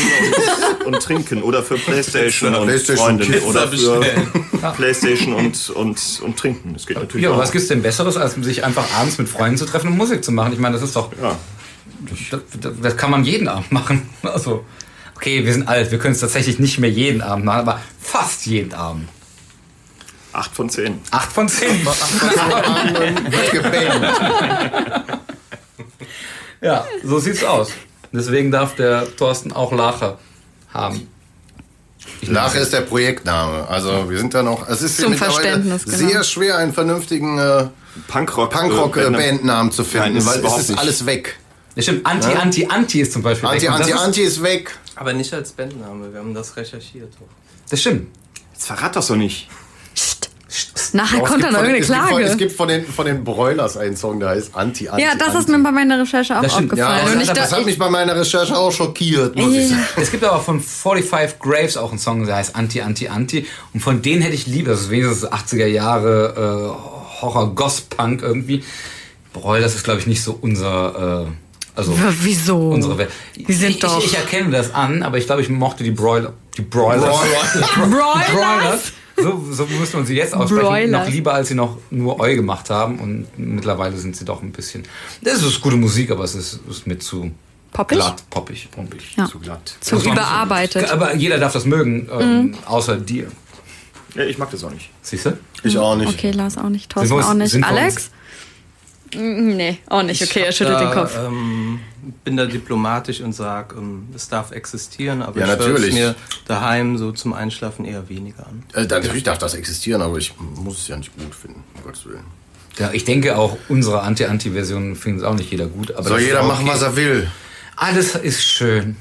[SPEAKER 3] und, und trinken oder für Playstation
[SPEAKER 5] Pizza,
[SPEAKER 3] und
[SPEAKER 5] Playstation,
[SPEAKER 3] Freundinnen
[SPEAKER 5] Pizza
[SPEAKER 3] oder für
[SPEAKER 5] bestellen.
[SPEAKER 3] Playstation und, und, und trinken. Es geht natürlich
[SPEAKER 4] Ja,
[SPEAKER 3] auch.
[SPEAKER 4] was gibt's denn Besseres, als sich einfach abends mit Freunden zu treffen und Musik zu machen? Ich meine, das ist doch. Das, das, das kann man jeden Abend machen. Also, okay, wir sind alt, wir können es tatsächlich nicht mehr jeden Abend machen, aber fast jeden Abend.
[SPEAKER 3] Acht von zehn.
[SPEAKER 4] Acht von zehn. ja, so sieht's aus. Deswegen darf der Thorsten auch Lache haben.
[SPEAKER 5] Lache ist der Projektname. Also wir sind da noch. Es ist
[SPEAKER 4] Zum
[SPEAKER 5] mittlerweile
[SPEAKER 4] Verständnis, genau.
[SPEAKER 5] sehr schwer, einen vernünftigen äh,
[SPEAKER 3] Punkrock,
[SPEAKER 5] Punkrock äh,
[SPEAKER 4] Bandnamen.
[SPEAKER 5] Bandnamen zu finden,
[SPEAKER 4] Nein, ist
[SPEAKER 5] weil es
[SPEAKER 4] überhaupt
[SPEAKER 5] ist
[SPEAKER 4] nicht.
[SPEAKER 5] alles weg.
[SPEAKER 4] Das stimmt, Anti, Anti, Ne? Anti ist zum Beispiel.
[SPEAKER 5] Anti,
[SPEAKER 4] weg. Und das
[SPEAKER 5] Anti,
[SPEAKER 4] ist-
[SPEAKER 5] Anti ist weg.
[SPEAKER 6] Aber nicht als Bandname, wir haben das recherchiert.
[SPEAKER 4] Das stimmt.
[SPEAKER 3] Jetzt verrat das doch nicht.
[SPEAKER 2] Nachher
[SPEAKER 5] Boah, es
[SPEAKER 2] kommt
[SPEAKER 5] gibt
[SPEAKER 2] dann
[SPEAKER 5] von den-
[SPEAKER 2] irgendeine
[SPEAKER 5] es gibt von-
[SPEAKER 2] Klage.
[SPEAKER 5] Es gibt von den, von den Broilers einen Song, der heißt Anti, Anti.
[SPEAKER 2] ja, das
[SPEAKER 5] Anti.
[SPEAKER 2] ist mir bei meiner Recherche auch aufgefallen.
[SPEAKER 5] Ja,
[SPEAKER 2] Und
[SPEAKER 5] das,
[SPEAKER 2] ich
[SPEAKER 5] das
[SPEAKER 2] da-
[SPEAKER 5] hat mich bei meiner Recherche auch schockiert, muss ich sagen.
[SPEAKER 4] Es gibt aber von 45 Graves auch einen Song, der heißt Anti, Anti, Anti. Und von denen hätte ich lieber, das ist wenigstens 80er Jahre äh, Horror-Goss-Punk irgendwie. Broil, das ist glaube ich nicht so unser. Äh, also
[SPEAKER 2] W- Wieso?
[SPEAKER 4] Unsere Welt. Die
[SPEAKER 2] sind
[SPEAKER 4] ich,
[SPEAKER 2] doch-
[SPEAKER 4] Ich, ich erkenne das an, aber ich glaube, ich mochte die Broiler. Die Broilers.
[SPEAKER 2] Broiler. Broilers?
[SPEAKER 4] So, so muss man sie jetzt aussprechen.
[SPEAKER 2] Broiler.
[SPEAKER 4] Noch lieber, als sie noch nur Eu gemacht haben. Und mittlerweile sind sie doch ein bisschen. Das ist gute Musik, aber es ist, ist mit zu
[SPEAKER 2] Poppig?
[SPEAKER 4] glatt, poppig, poppig.
[SPEAKER 2] Ja.
[SPEAKER 4] Zu glatt.
[SPEAKER 2] Zu
[SPEAKER 4] Das war-
[SPEAKER 2] überarbeitet.
[SPEAKER 4] Aber jeder darf das mögen, ähm,
[SPEAKER 2] Mhm.
[SPEAKER 4] außer dir.
[SPEAKER 3] Ja, ich mag das auch nicht.
[SPEAKER 4] Siehst du?
[SPEAKER 5] Ich auch nicht.
[SPEAKER 2] Okay, Lars auch nicht,
[SPEAKER 4] Sind
[SPEAKER 2] Thorsten
[SPEAKER 4] wir uns-
[SPEAKER 2] auch nicht.
[SPEAKER 4] sind wir uns-
[SPEAKER 2] Alex? Mm, Nee, auch nicht. Okay, er
[SPEAKER 6] hab
[SPEAKER 2] schüttelt
[SPEAKER 6] da,
[SPEAKER 2] den Kopf.
[SPEAKER 6] Ähm, bin da diplomatisch und sage, ähm, es darf existieren, aber
[SPEAKER 5] Ja,
[SPEAKER 6] ich höre es
[SPEAKER 5] natürlich.
[SPEAKER 6] mir daheim so zum Einschlafen eher weniger an.
[SPEAKER 5] Äh, da- natürlich darf das existieren, aber ich muss es ja nicht gut finden, um Gottes Willen.
[SPEAKER 4] Ja, ich denke auch, unsere Anti-Anti-Version findet auch nicht jeder gut. Aber
[SPEAKER 5] Soll
[SPEAKER 4] das ist
[SPEAKER 5] jeder
[SPEAKER 4] auch
[SPEAKER 5] machen, was er will.
[SPEAKER 4] Alles ist schön.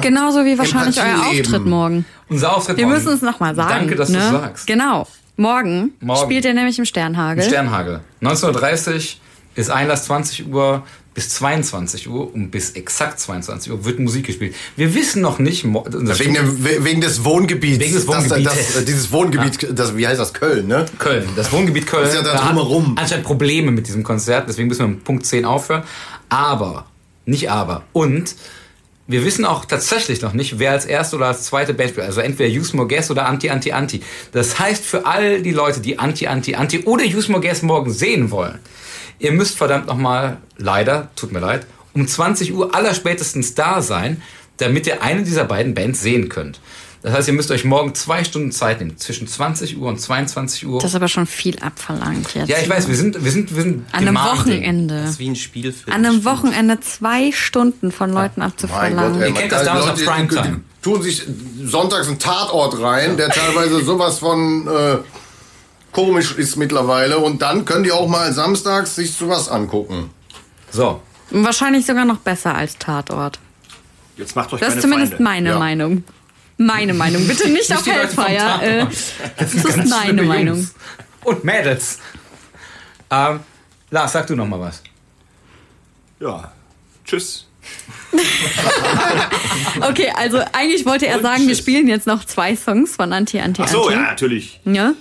[SPEAKER 2] Genauso wie wahrscheinlich euer
[SPEAKER 4] Empathie
[SPEAKER 2] Auftritt
[SPEAKER 4] eben.
[SPEAKER 2] morgen.
[SPEAKER 4] Unser Auftritt
[SPEAKER 2] Wir
[SPEAKER 4] morgen.
[SPEAKER 2] müssen es nochmal sagen.
[SPEAKER 4] Danke, dass
[SPEAKER 2] ne?
[SPEAKER 4] du sagst.
[SPEAKER 2] Genau. Morgen,
[SPEAKER 4] Morgen.
[SPEAKER 2] spielt ihr nämlich im
[SPEAKER 4] Im
[SPEAKER 2] Sternhagel.
[SPEAKER 4] Sternhagel. 19.30 Uhr ist Einlass 20 Uhr bis 22 Uhr und bis exakt 22 Uhr wird Musik gespielt. Wir wissen noch nicht... mo-
[SPEAKER 5] Wegen, dem, we- wegen des Wohngebiets.
[SPEAKER 4] Wegen des
[SPEAKER 5] Das-
[SPEAKER 4] Wohngebietes.
[SPEAKER 5] Das, äh, dieses Wohngebiet, das, wie heißt das? Köln, ne?
[SPEAKER 4] Köln, das Wohngebiet Köln.
[SPEAKER 5] Das ist ja da
[SPEAKER 4] hat
[SPEAKER 5] drumherum.
[SPEAKER 4] Anscheinend Probleme mit diesem Konzert, deswegen müssen wir um Punkt 10 aufhören. Aber, nicht aber, und wir wissen auch tatsächlich noch nicht, wer als erste oder als zweite Band spielt. Also entweder Use More Guess oder Anti, Anti, Anti. Das heißt für all die Leute, die Anti, Anti, Anti oder Use More Guess morgen sehen wollen, ihr müsst verdammt nochmal, leider, tut mir leid, um 20 Uhr allerspätestens da sein, damit ihr eine dieser beiden Bands sehen könnt. Das heißt, ihr müsst euch morgen zwei Stunden Zeit nehmen, zwischen 20 Uhr und 22 Uhr.
[SPEAKER 2] Das ist aber schon viel abverlangt jetzt.
[SPEAKER 4] ja, ich weiß, wir sind, wir sind, wir sind
[SPEAKER 2] An einem
[SPEAKER 4] gemahnt.
[SPEAKER 2] Wochenende.
[SPEAKER 6] Das ist wie ein Spielfilm.
[SPEAKER 2] An einem Wochenende zwei Stunden von Leuten
[SPEAKER 5] Mein
[SPEAKER 2] abzuverlangen.
[SPEAKER 5] Gott, ey, man- also Leute, die- die Tun sich sonntags einen Tatort rein, der teilweise sowas von äh, komisch ist mittlerweile. Und dann können die auch mal samstags sich sowas angucken.
[SPEAKER 4] So.
[SPEAKER 2] Wahrscheinlich sogar noch besser als Tatort.
[SPEAKER 3] Jetzt macht euch
[SPEAKER 2] Das
[SPEAKER 3] keine
[SPEAKER 2] ist zumindest
[SPEAKER 3] Feinde.
[SPEAKER 2] meine Meinung. Meine Meinung. Bitte nicht auf
[SPEAKER 4] die Leute vom
[SPEAKER 2] Hellfire. Äh,
[SPEAKER 4] Tatort.
[SPEAKER 2] das
[SPEAKER 4] sind
[SPEAKER 2] ist
[SPEAKER 4] ganz
[SPEAKER 2] meine
[SPEAKER 4] schlimme
[SPEAKER 2] Meinung.
[SPEAKER 4] Jungs. Und Mädels. Ähm, Lars, sag du noch mal was.
[SPEAKER 3] Ja. Tschüss.
[SPEAKER 2] Okay, also eigentlich wollte er sagen, wir spielen jetzt noch zwei Songs von Anti Anti
[SPEAKER 3] Ach so,
[SPEAKER 2] Anti.
[SPEAKER 3] ja, natürlich.
[SPEAKER 2] Ja.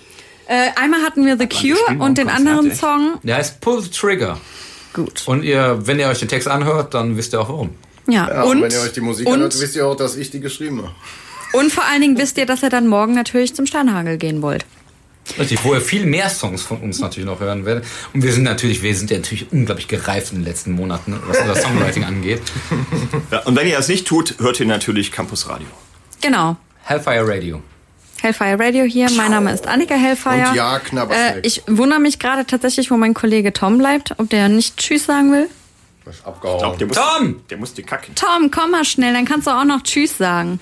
[SPEAKER 2] Äh, einmal hatten wir The Cure und den anderen Song.
[SPEAKER 4] Der heißt Pull the Trigger.
[SPEAKER 2] Gut.
[SPEAKER 4] Und ihr, wenn ihr euch den Text anhört, dann wisst ihr auch warum.
[SPEAKER 2] Ja, und,
[SPEAKER 5] wenn ihr euch die Musik
[SPEAKER 2] und,
[SPEAKER 5] anhört, wisst ihr auch, dass ich die geschrieben habe.
[SPEAKER 2] und vor allen Dingen wisst ihr, dass ihr dann morgen natürlich zum Sternhagel gehen wollt.
[SPEAKER 4] Richtig, wo ihr viel mehr Songs von uns natürlich noch hören werdet. Und wir sind natürlich, wir sind ja natürlich unglaublich gereift in den letzten Monaten, was unser Songwriting angeht.
[SPEAKER 3] Ja, und wenn ihr das nicht tut, hört ihr natürlich Campus Radio.
[SPEAKER 2] Genau.
[SPEAKER 4] Hellfire Radio.
[SPEAKER 2] Hellfire Radio hier. Mein Name ist Annika Hellfire.
[SPEAKER 5] Und ja, Knabbersnack.
[SPEAKER 2] äh, Ich wundere mich gerade tatsächlich, wo mein Kollege Tom bleibt, ob der nicht Tschüss sagen will.
[SPEAKER 5] Abgehauen.
[SPEAKER 3] Glaub, der muss, Tom! Der muss die kacken.
[SPEAKER 2] Tom, komm mal schnell, dann kannst du auch noch Tschüss sagen.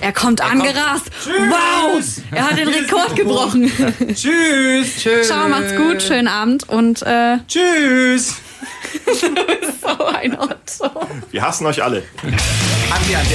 [SPEAKER 2] Er kommt angerast. Wow! Er hat den Rekord gebrochen.
[SPEAKER 4] Tschüss. Tschüss.
[SPEAKER 2] Ciao, macht's gut, schönen Abend und äh,
[SPEAKER 4] Tschüss.
[SPEAKER 2] so ein Otto.
[SPEAKER 3] Wir hassen euch alle.
[SPEAKER 4] Anti, anti,